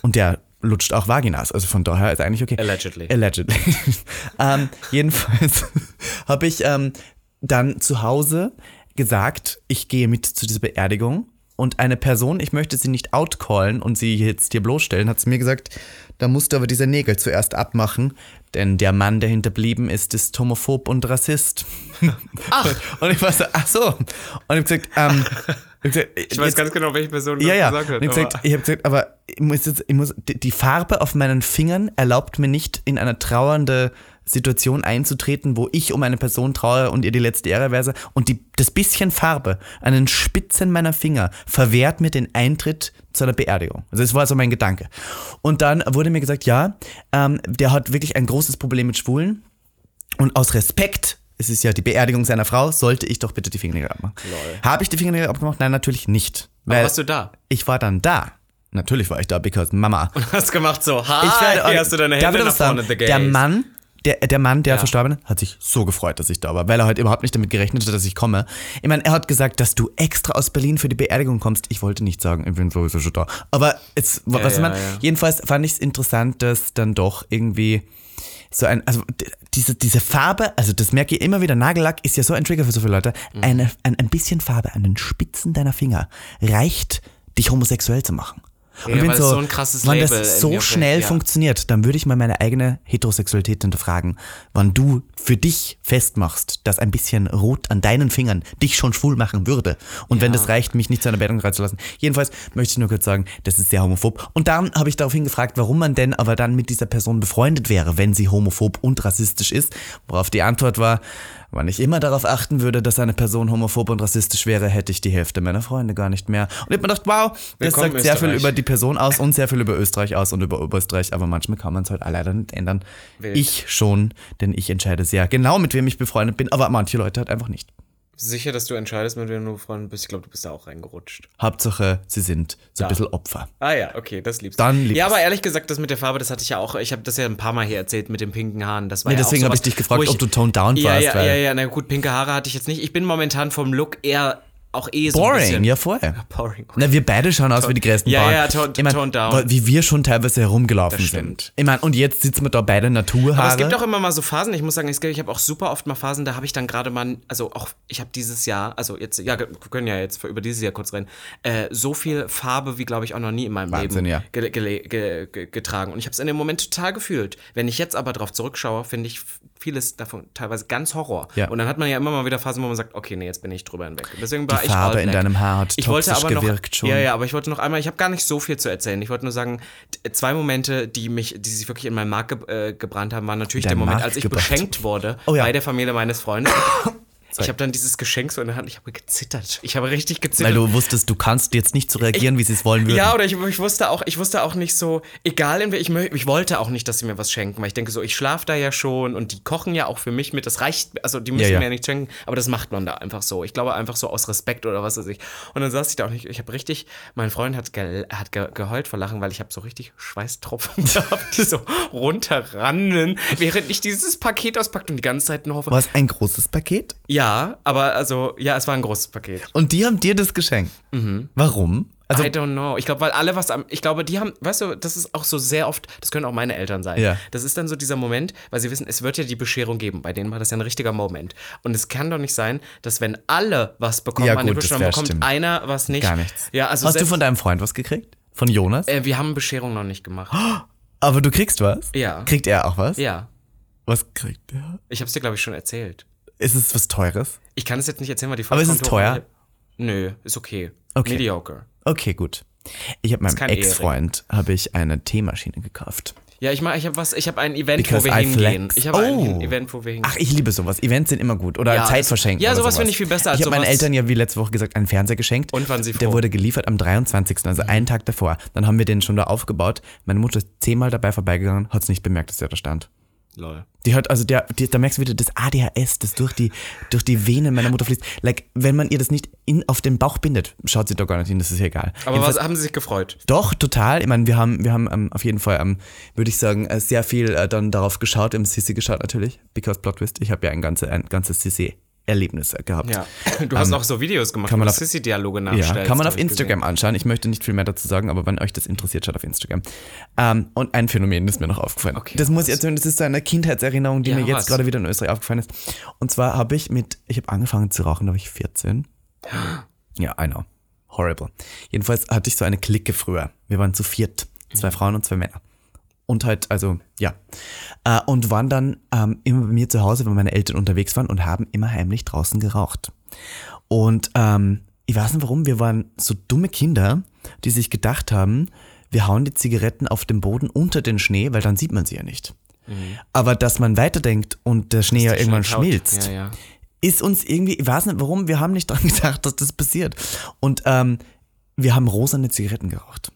Und der lutscht auch Vaginas. Also von daher ist eigentlich okay.
Allegedly.
Allegedly. *laughs* ähm, jedenfalls *laughs* habe ich ähm, dann zu Hause gesagt, ich gehe mit zu dieser Beerdigung. Und eine Person, ich möchte sie nicht outcallen und sie jetzt hier bloßstellen, hat sie mir gesagt, da musst du aber diese Nägel zuerst abmachen, denn der Mann, der hinterblieben ist, ist homophob und Rassist. Ach. Und ich war so, ach so. Und ich habe gesagt, ähm, ich, hab gesagt,
Ich weiß ganz genau, welche Person
ja,
das
ja.
gesagt hat.
Und ich
aber-
gesagt, ich habe gesagt, aber ich muss jetzt, ich muss, die, die Farbe auf meinen Fingern erlaubt mir nicht, in eine trauernde Situation einzutreten, wo ich um eine Person traue und ihr die letzte Ehre verse. Und die, das bisschen Farbe an den Spitzen meiner Finger verwehrt mir den Eintritt zu einer Beerdigung. Also das war so mein Gedanke. Und dann wurde mir gesagt, ja, ähm, der hat wirklich ein großes Problem mit Schwulen. Und aus Respekt, es ist ja die Beerdigung seiner Frau, sollte ich doch bitte die Fingernägel abmachen. Habe ich die Fingernägel abgemacht? Nein, natürlich nicht.
aber
Weil
warst du
*laughs*
da?
ich war dann da. Natürlich war ich da, because Mama.
Hast gemacht so, hi,
Ich werde-
hier Ah, hast du deine
Darf ich
Hände nach
das sagen?
vorne, the gays.
Der Mann, der, der Mann, der
Ja.
verstorben ist, hat sich so gefreut, dass ich da war, weil er halt überhaupt nicht damit gerechnet hat, dass ich komme. Ich meine, er hat gesagt, dass du extra aus Berlin für die Beerdigung kommst. Ich wollte nicht sagen, ich bin sowieso schon da. Aber es, was
ja,
man,
ja.
jedenfalls fand ich es interessant, dass dann doch irgendwie so ein, also d- diese, diese Farbe, also das merke ich immer wieder, Nagellack ist ja so ein Trigger für so viele Leute.
Mhm.
Eine, ein, ein bisschen Farbe an den Spitzen deiner Finger reicht, dich homosexuell zu machen. Und
Ja,
ich bin
weil es so ein krasses
wann
Label in
das so
mir
schnell
fällt, ja.
funktioniert, dann würde ich mal meine eigene Heterosexualität hinterfragen. Wann du für dich festmachst, dass ein bisschen Rot an deinen Fingern dich schon schwul machen würde. Und wenn das reicht, mich nicht zu einer Beerdigung reinzulassen. Jedenfalls möchte ich nur kurz sagen, das ist sehr homophob. Und darum habe ich daraufhin gefragt, warum man denn aber dann mit dieser Person befreundet wäre, wenn sie homophob und rassistisch ist. Worauf die Antwort war, wenn ich immer darauf achten würde, dass eine Person homophob und rassistisch wäre, hätte ich die Hälfte meiner Freunde gar nicht mehr. Und ich habe mir gedacht, wow, das
Willkommen,
sagt sehr viel
Österreich.
über die Person aus und sehr viel über Österreich aus und über Österreich, aber manchmal kann man es halt leider nicht ändern.
Wild.
Ich schon, denn ich entscheide sehr genau, mit wem ich befreundet bin, aber manche Leute halt einfach nicht.
Sicher, dass du entscheidest, mit wem du befreundet bist. Ich glaube, du bist da auch reingerutscht.
Hauptsache, sie sind so ein
Ja.
bisschen Opfer.
Ah ja, okay, das liebst du.
Dann liebst
ja, aber ehrlich gesagt, das mit der Farbe, das hatte ich ja auch, ich habe das ja ein paar Mal hier erzählt mit den pinken Haaren. Das war
Nee,
ja
deswegen
auch
habe
sowas,
ich dich gefragt,
wo ich-
ob du toned down
ja,
warst,
Ja,
weil-
ja, ja, na gut, pinke Haare hatte ich jetzt nicht. Ich bin momentan vom Look eher auch eh so ein
Boring,
bisschen
ja vorher.
boring.
Na, wir beide schauen aus wie die größten
Ja,
Bauern.
ja, toned-
Ich mein,
toned down.
Wie wir schon teilweise herumgelaufen sind.
stimmt.
Ich meine, und jetzt sitzen wir da beide Naturhaare.
Aber es gibt auch immer mal so Phasen, ich muss sagen, es gibt- ich habe auch super oft mal Phasen, da habe ich dann gerade mal, also auch, ich habe dieses Jahr, also jetzt, ja, wir können ja jetzt über dieses Jahr kurz reden, äh, so viel Farbe wie, glaube ich, auch noch nie in meinem
Wahnsinn,
Leben
ja.
gele- gele- ge ge getragen. Und ich habe es in dem Moment total gefühlt. Wenn ich jetzt aber drauf zurückschaue, finde ich f- vieles davon teilweise ganz Horror.
Ja.
Und dann hat man ja immer mal wieder Phasen, wo man sagt, okay, nee, jetzt bin ich drüber hinweg. Deswegen war
Die
ich
Farbe
all
in
black.
deinem Haar hat
ich wollte
toxisch
aber noch,
gewirkt schon.
Ja, ja, aber ich wollte noch einmal, ich habe gar nicht so viel zu erzählen. Ich wollte nur sagen, t- zwei Momente, die mich, die sich wirklich in meinen Markt ge äh, gebrannt haben, waren natürlich
Dein
der Moment,
Mark
als ich
gebrannt.
beschenkt wurde
Oh ja.
bei der Familie meines
*coughs*
Freundes. Ich habe dann dieses Geschenk so in der Hand, ich habe gezittert. Ich habe richtig
weil
gezittert.
du wusstest, du kannst jetzt nicht so reagieren, wie sie es wollen würden.
ja, oder ich, ich wusste auch, ich wusste auch nicht so, egal in wel- ich, mö- ich wollte auch nicht, dass sie mir was schenken, weil ich denke so, ich schlafe da ja schon und die kochen ja auch für mich mit. Das reicht, also die müssen
ja.
mir ja nicht schenken, aber das macht man da einfach so. Ich glaube einfach so aus Respekt oder was weiß ich. Und dann saß ich da auch nicht, ich habe richtig, mein Freund hat, ge hat ge geheult vor Lachen, weil ich habe so richtig Schweißtropfen *laughs* gehabt, die so runterrannen, während ich dieses Paket auspackt und die ganze Zeit nur hoffe.
War es ein großes Paket?
Ja, aber also, ja, es war ein großes Paket.
Und die haben dir das geschenkt.
Mhm.
Warum? Also,
I don't know. Ich glaube, weil alle was am. Ich glaube, die haben, weißt du, das ist auch so sehr oft, das können auch meine Eltern sein.
Ja.
Das ist dann so dieser Moment, weil sie wissen, es wird ja die Bescherung geben. Bei denen war das ja ein richtiger Moment. Und es kann doch nicht sein, dass wenn alle was bekommen
Ja,
an der
gut, das
Bescherung,
wär
bekommt
stimmt.
einer was nicht.
gar nichts.
Ja, also
Hast du
selbst,
von deinem Freund was gekriegt? Von Jonas?
äh, wir haben Bescherung noch nicht gemacht.
Oh, Aber du kriegst was?
Ja.
Kriegt er auch was?
Ja.
Was kriegt er?
Ich hab's dir, glaube ich, schon erzählt.
Ist es was Teures?
Ich kann es jetzt nicht erzählen, weil die
Aber ist es
Vollkonto-
teuer?
Nö, ist okay.
Okay.
Mediocre.
Okay, gut. Ich habe meinem
kein
Ex-Freund habe ich eine Teemaschine gekauft.
Ja, ich mach, ich habe was, ich habe ein Event,
Because
wo wir
I
hingehen.
flex.
Ich habe
Oh.
ein Event, wo wir hingehen.
Ach, ich liebe sowas. Events sind immer gut. Oder
Ja,
Zeit
das-
verschenken.
ja,
oder
sowas finde ich viel besser als
Ich habe meinen
sowas.
Eltern ja, wie letzte Woche gesagt, einen Fernseher geschenkt.
Und waren sie
Der
froh?
wurde geliefert am 23., also einen Tag davor. Dann haben wir den schon da aufgebaut. Meine Mutter ist zehnmal dabei vorbeigegangen, hat es nicht bemerkt, dass der da stand.
Lol.
Die hat, also der, die, da merkst du wieder das ADHS, das durch die, durch die Venen meiner Mutter fließt. Like, wenn man ihr das nicht in, auf den Bauch bindet, schaut sie doch gar nicht hin, das ist ihr egal.
Aber
Jedenfalls-
was haben sie sich gefreut?
Doch, total. Ich meine, wir haben, wir haben ähm, auf jeden Fall, ähm, würde ich sagen, äh, sehr viel äh, dann darauf geschaut, im Sissi geschaut natürlich, because Plot Twist, ich habe ja ein, ganze, ein ganzes Sissi-Erlebnis äh, gehabt.
Ja. Du hast auch so Videos gemacht,
kann man
wo
auf-
du Sissy-Dialoge
Ja,
nachstellst.
kann man
hab
auf
ich gesehen.
Instagram anschauen. Ich möchte nicht viel mehr dazu sagen, aber wenn euch das interessiert, schaut auf Instagram. Ähm, und ein Phänomen ist mir noch aufgefallen.
Okay,
das muss
was?
ich erzählen, das ist so eine Kindheitserinnerung, die
Ja,
mir jetzt
was?
gerade wieder in Österreich aufgefallen ist. Und zwar habe ich mit, ich habe angefangen zu rauchen, da war
*gasps*
ich 14. Ja, I know. Horrible. Jedenfalls hatte ich so eine Clique früher. Wir waren zu viert.
Mhm.
Zwei Frauen und zwei Männer. Und halt, also, ja. Äh, und waren dann ähm, immer bei mir zu Hause, wenn meine Eltern unterwegs waren und haben immer heimlich draußen geraucht. Und ähm, ich weiß nicht warum, wir waren so dumme Kinder, die sich gedacht haben, wir hauen die Zigaretten auf den Boden unter den Schnee, weil dann sieht man sie ja nicht. Aber dass man weiterdenkt und der Schnee ja
Mhm. Die
irgendwann
Schaut.
schmilzt,
Ja, ja.
ist uns irgendwie, ich weiß nicht warum, wir haben nicht dran *laughs* gedacht, dass das passiert. Und ähm, wir haben rosane Zigaretten geraucht.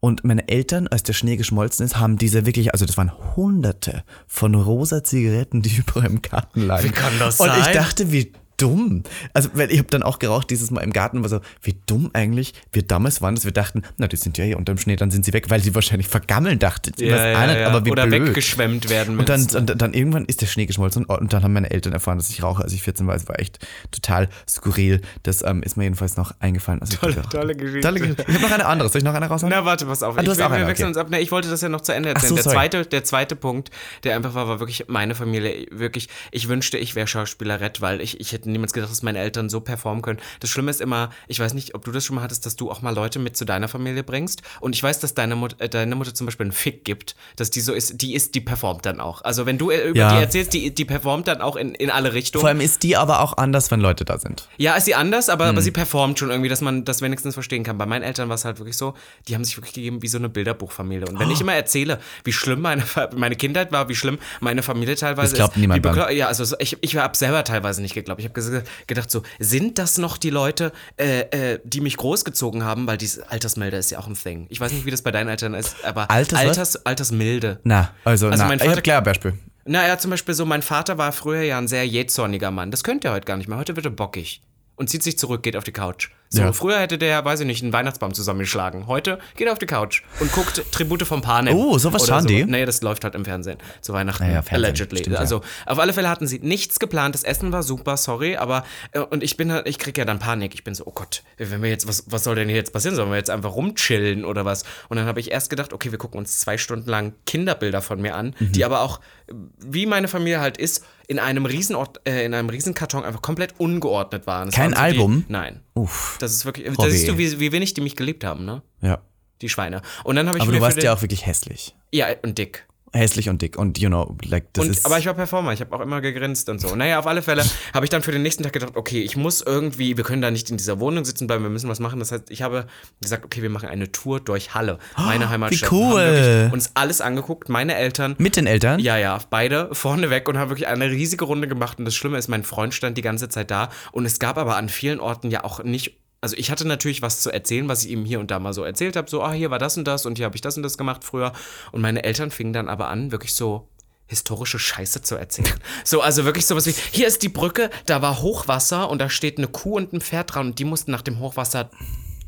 Und meine Eltern, als der Schnee geschmolzen ist, haben diese wirklich, also das waren hunderte von rosa Zigaretten, die *laughs* überall im Garten lagen.
Wie kann das
Und ich
sein?
dachte, wie dumm. Also, weil ich habe dann auch geraucht dieses Mal im Garten, war so, wie dumm eigentlich wir damals waren, dass wir dachten, na, die sind ja hier unter dem Schnee, dann sind sie weg, weil sie wahrscheinlich vergammeln, dachte ich.
Ja, ja, ja.
Aber wie
Oder
blöd.
weggeschwemmt werden
Und dann,
müssen.
dann, dann irgendwann ist der Schnee geschmolzen und, und dann haben meine Eltern erfahren, dass ich rauche, als ich 14 war. Es war echt total skurril. Das ähm, ist mir jedenfalls noch eingefallen. Also
Tolle- tolle Geschichte.
Tolle Geschichte. Ich habe noch eine andere. Soll ich noch eine raushauen?
Na, warte, pass auf.
Ah, du
ich,
hast
wir
auch eine,
wir wechseln
okay.
uns ab. Ne, ich wollte das ja noch zu Ende
Ach
erzählen.
so,
der,
sorry.
zweite, der zweite Punkt, der einfach war, war wirklich meine Familie. Wirklich, ich wünschte, ich wäre Schauspielerett, weil ich, ich hätte niemals gedacht, dass meine Eltern so performen können. Das Schlimme ist immer, ich weiß nicht, ob du das schon mal hattest, dass du auch mal Leute mit zu deiner Familie bringst. Und ich weiß, dass deine, Mut, äh, deine Mutter zum Beispiel einen Fick gibt, dass die so ist, die ist, die performt dann auch. Also wenn du äh, über
Ja.
die erzählst, die, die performt dann auch in, in alle Richtungen.
Vor allem ist die aber auch anders, wenn Leute da sind.
Ja, ist sie anders, aber,
Hm.
aber sie performt schon irgendwie, dass man das wenigstens verstehen kann. Bei meinen Eltern war es halt wirklich so, die haben sich wirklich gegeben wie so eine Bilderbuchfamilie. Und
Oh.
wenn ich immer erzähle, wie schlimm meine, Fa- meine Kindheit war, wie schlimm meine Familie teilweise
Das glaubt
ist.
niemand
wie
dann.
bekla- Ja, also so- ich, ich habe selber teilweise nicht geglaubt. Ich habe gedacht so, sind das noch die Leute, äh, äh, die mich großgezogen haben? Weil dieses Altersmilde ist ja auch ein Thing. Ich weiß nicht, wie das bei deinen Eltern ist, aber
Alters was?
Alters, Altersmilde.
Na, also,
Also
na.
mein
ich
Vater-
habe klar ein Beispiel.
Naja, zum Beispiel so, mein Vater war früher ja ein sehr jähzorniger Mann. Das könnte er heute gar nicht mehr. Heute wird er bockig. Und zieht sich zurück, geht auf die Couch. So,
Ja.
früher hätte der, weiß ich nicht, einen Weihnachtsbaum zusammengeschlagen. Heute geht er auf die Couch und guckt Tribute vom Panem.
Oh, sowas
Oder
schauen die?
Naja, das läuft halt im Fernsehen. Zu Weihnachten.
Naja, Fernsehen,
allegedly.
stimmt, ja.
also, auf alle Fälle hatten sie nichts geplant. Das Essen war super, sorry, aber, äh, und ich bin halt, ich krieg ja dann Panik. Ich bin so, oh Gott, wenn wir jetzt, was, was soll denn hier jetzt passieren? Sollen wir jetzt einfach rumchillen oder was? Und dann habe ich erst gedacht, okay, wir gucken uns zwei Stunden lang Kinderbilder von mir an,
Mhm.
die aber auch, äh, wie meine Familie halt ist, in einem Riesenort, äh, in einem Riesenkarton einfach komplett ungeordnet waren. Es
Kein
waren so
Album? Oh
Die, nein.
Uff.
Das ist wirklich, da
Hobby.
siehst du, wie, wie wenig die mich geliebt haben, ne?
Ja.
Die Schweine. Und dann habe ich
Aber du
mir
warst
für
ja auch wirklich hässlich.
den, ja, und dick.
Hässlich und dick und, you know, like, das
Und,
ist.
aber ich war Performer, ich habe auch immer gegrinst und so. Naja, auf alle Fälle habe ich dann für den nächsten Tag gedacht, okay, ich muss irgendwie, wir können da nicht in dieser Wohnung sitzen bleiben, wir müssen was machen. Das heißt, ich habe gesagt, okay, wir machen eine Tour durch Halle, meine Heimatstadt. Wir haben
Oh, cool.
wirklich uns alles angeguckt, meine Eltern.
mit den Eltern?
Ja, ja, beide vorne weg und haben wirklich eine riesige Runde gemacht. Und das Schlimme ist, mein Freund stand die ganze Zeit da. Und es gab aber an vielen Orten ja auch nicht. Also ich hatte natürlich was zu erzählen, was ich ihm hier und da mal so erzählt habe. So, ah, hier war das und das und hier habe ich das und das gemacht früher. Und meine Eltern fingen dann aber an, wirklich so historische Scheiße zu
*laughs*
erzählen. So, also wirklich sowas wie, hier ist die Brücke, da war Hochwasser und da steht eine Kuh und ein Pferd dran und die mussten nach dem Hochwasser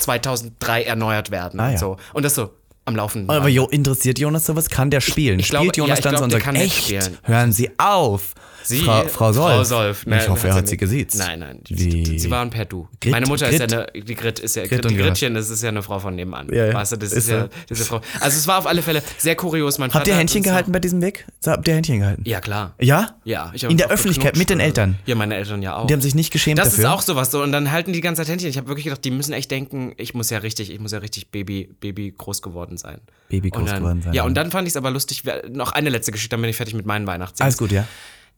2003 erneuert werden.
Ah,
und,
ja.
so. und das so am Laufenden.
Aber
Band.
jo, interessiert Jonas sowas? Kann der spielen?
ich
Spielt
glaube- ja,
Jonas
ich
dann so
glaube,
und
der
sagt,
kann nicht
echt?
spielen."
Hören Sie auf.
Sie,
Frau, Frau Solf.
Frau Solf. ne,
ich hoffe, er hat sie gesiezt.
Nein, nein.
Wie?
Sie waren per Du.
Grit-
Meine Mutter ist
Grit?
ja eine, die Grit ist ja,
Grit und
die
Grit.
Gritchen, das ist ja eine Frau von nebenan.
Ja, ja.
Weißt du, das
Ist
ist, ja,
so.
diese Frau. Also es war auf alle Fälle sehr kurios. Mein
Habt
Vater
ihr
hat
Händchen
uns noch-
gehalten bei diesem Weg? So, habt ihr Händchen gehalten?
Ja, klar.
Ja?
Ja, ich hab
In der
auch
Öffentlichkeit, mit den
geknutscht oder so.
Eltern.
Ja, meine Eltern ja auch.
Die haben sich nicht geschämt
das
dafür.
ist auch sowas so und dann halten die die ganze Zeit Händchen. Ich habe wirklich gedacht, die müssen echt denken, ich muss ja richtig, ich muss ja richtig Baby Baby groß geworden sein.
Baby
Und
groß
dann,
geworden sein,
Ja,
ja.
und dann fand ich es aber lustig, wer- noch eine letzte Geschichte, dann bin ich fertig mit meinen Weihnachtsjahren
Alles gut, ja.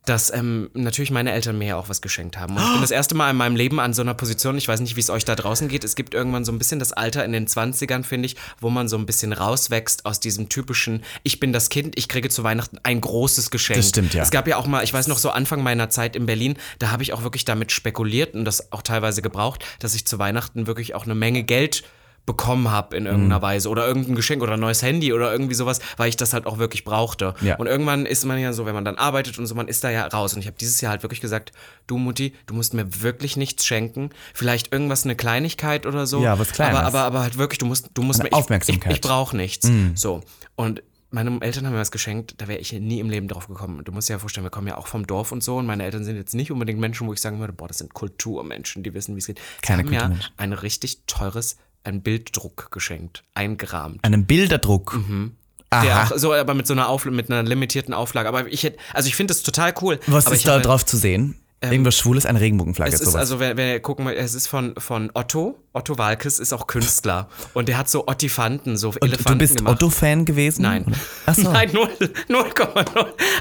dass ähm, natürlich meine Eltern mir ja auch was geschenkt haben. Und ich bin das erste Mal in meinem Leben an so einer Position, ich weiß nicht, wie es euch da draußen geht, es gibt irgendwann so ein bisschen das Alter in den 20ern, finde ich, wo man so ein bisschen rauswächst aus diesem typischen, ich bin das Kind, ich kriege zu Weihnachten ein großes Geschenk.
Das stimmt, ja.
Es gab ja auch mal, ich weiß noch so Anfang meiner Zeit in Berlin, da habe ich auch wirklich damit spekuliert und das auch teilweise gebraucht, dass ich zu Weihnachten wirklich auch eine Menge Geld bekommen habe in irgendeiner
Mhm.
Weise oder irgendein Geschenk oder ein neues Handy oder irgendwie sowas, weil ich das halt auch wirklich brauchte.
Ja.
Und irgendwann ist man ja so, wenn man dann arbeitet und so, man ist da ja raus. Und ich habe dieses Jahr halt wirklich gesagt, du Mutti, du musst mir wirklich nichts schenken. Vielleicht irgendwas, eine Kleinigkeit oder so.
Ja, was Kleines.
Aber, aber, aber halt wirklich, du musst, du musst
Eine
mir ich-
Aufmerksamkeit.
Ich, ich brauche nichts.
Mm.
So. Und meine Eltern haben mir was geschenkt, da wäre ich nie im Leben drauf gekommen. Und Du musst dir ja vorstellen, wir kommen ja auch vom Dorf und so. Und meine Eltern sind jetzt nicht unbedingt Menschen, wo ich sagen würde, boah, das sind Kulturmenschen, die wissen, wie es geht. Sie
Keine
haben ja
Kulturmenschen.
ein richtig teures, ein Bilddruck geschenkt, eingerahmt.
Einen Bilderdruck.
Mhm. Der
Aha.
auch so, aber mit so einer Aufla mit einer limitierten Auflage. Aber ich hätte, also ich finde das total cool.
Was
aber
ist
ich
da
hab- halt, ähm,
drauf zu sehen? Irgendwas Schwules, eine Regenbogenflagge,
Es ist
sowas.
also, wer, wer gucken will, es ist von, von Otto. Otto Walkes ist auch Künstler. Und der hat so Ottifanten, so
Und
Elefanten
du bist
gemacht.
Otto-Fan gewesen?
Nein.
Ach so.
Nein, null- 0,0.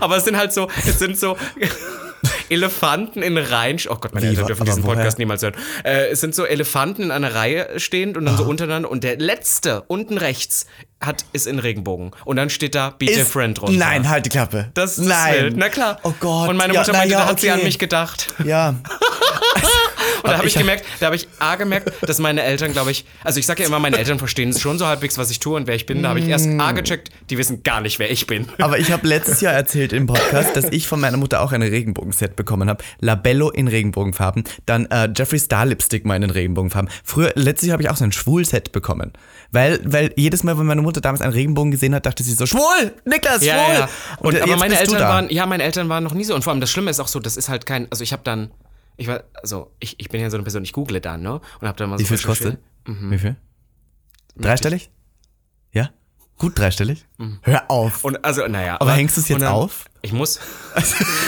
Aber es sind halt so, es sind
*laughs*
so Elefanten in Reihen. Oh Gott, meine
Wie,
Eltern
wa-
dürfen
aber
diesen
woher?
Podcast niemals hören. Äh, es sind so Elefanten in einer Reihe stehend und dann
Ah.
so untereinander. Und der letzte, unten rechts, hat, ist in Regenbogen. Und dann steht da Be Different drunter.
Nein, halt die Klappe.
Das ist
Nein.
wild. Na klar.
Oh Gott.
Und meine
Ja,
Mutter
na
meinte,
ja,
da hat sie
okay.
an mich gedacht.
Ja.
Und da habe ich
ich hab-
gemerkt, da habe ich A gemerkt, dass meine Eltern, glaube ich, also ich sage ja immer, meine Eltern verstehen es schon so halbwegs, was ich tue und wer ich bin. Da habe ich erst
Mm.
A gecheckt, die wissen gar nicht, wer ich bin.
Aber ich habe letztes Jahr erzählt im Podcast, dass ich von meiner Mutter auch ein Regenbogenset bekommen habe. Labello in Regenbogenfarben, dann äh, Jeffree Star Lipstick mal in den Regenbogenfarben. Früher, letztes Jahr habe ich auch so ein Schwul-Set bekommen. Weil, weil jedes Mal, wenn meine Mutter damals einen Regenbogen gesehen hat, dachte sie so, schwul, Niklas,
Ja,
schwul.
ja. Und, aber
jetzt
meine
bist du
Eltern
da.
waren, ja, meine Eltern waren noch nie so. Und vor allem das Schlimme ist auch so, das ist halt kein, also ich habe dann, ich war, also ich, ich bin ja so eine Person, ich google dann, ne? Und habe dann mal so
Wie viel
recherchiert.
kostet?
Mhm.
Wie viel? Dreistellig? Ja? Gut dreistellig? Hör auf.
Mhm. Und also, naja.
Aber hängst du es jetzt
und dann-
auf?
Ich
*laughs*
muss.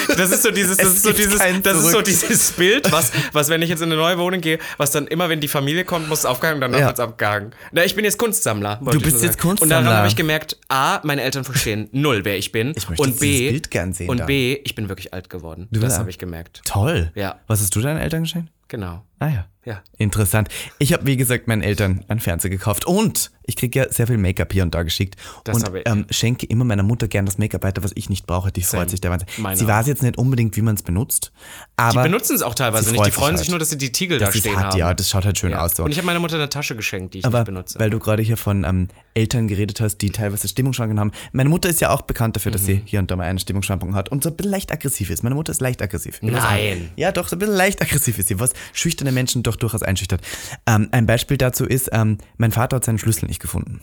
Das ist so dieses, das
Es
ist so
gibt
dieses,
kein
das ist so
Zurück.
dieses Bild, was, was, wenn ich jetzt in eine neue Wohnung gehe, was dann immer, wenn die Familie kommt, muss es aufgehangen, danach
Ja.
wird es abgehangen. Na, ich bin jetzt Kunstsammler. wollte
Du
ich
bist
nur
jetzt
sagen. Und
Kunstsammler.
daran habe ich gemerkt, A, meine Eltern verstehen null, wer ich bin.
Ich möchte
und
jetzt
B,
dieses Bild gern sehen
Und
dann.
B, ich bin wirklich alt geworden.
bist
das
alt.
habe ich gemerkt.
Toll.
Ja.
Was hast du deinen Eltern geschenkt?
Genau.
Ah ja.
Ja.
Interessant. Ich habe, wie gesagt, meinen Eltern einen Fernseher gekauft und ich kriege ja sehr viel Make-up hier und da geschickt.
Das
und
habe ich.
Ähm, schenke immer meiner Mutter gern das Make-up weiter, was ich nicht brauche. Die freut sich der Wahnsinn.
Meine
Sie
auch.
weiß jetzt nicht unbedingt, wie man es benutzt, aber
Benutzen es auch teilweise
sie
nicht. Die
freut sich
freuen
halt.
sich nur, dass sie die Tiegel da
das ist
stehen
hart,
haben.
ja, das schaut halt schön aus. So.
Und ich habe meiner Mutter eine Tasche geschenkt, die ich nicht
Aber
benutze.
weil du gerade hier von ähm, Eltern geredet hast, die teilweise Stimmungsschwankungen haben. Meine Mutter ist ja auch bekannt dafür, dass
Mhm.
sie hier und da mal eine Stimmungsschwankung hat und so ein bisschen leicht aggressiv ist. Meine Mutter ist leicht aggressiv. Ich muss
Nein.
sagen, Ja, doch, so ein bisschen leicht aggressiv ist sie, was schüchterne Menschen doch durchaus einschüchtert. Ähm, ein Beispiel dazu ist, ähm, mein Vater hat seinen Schlüssel nicht gefunden.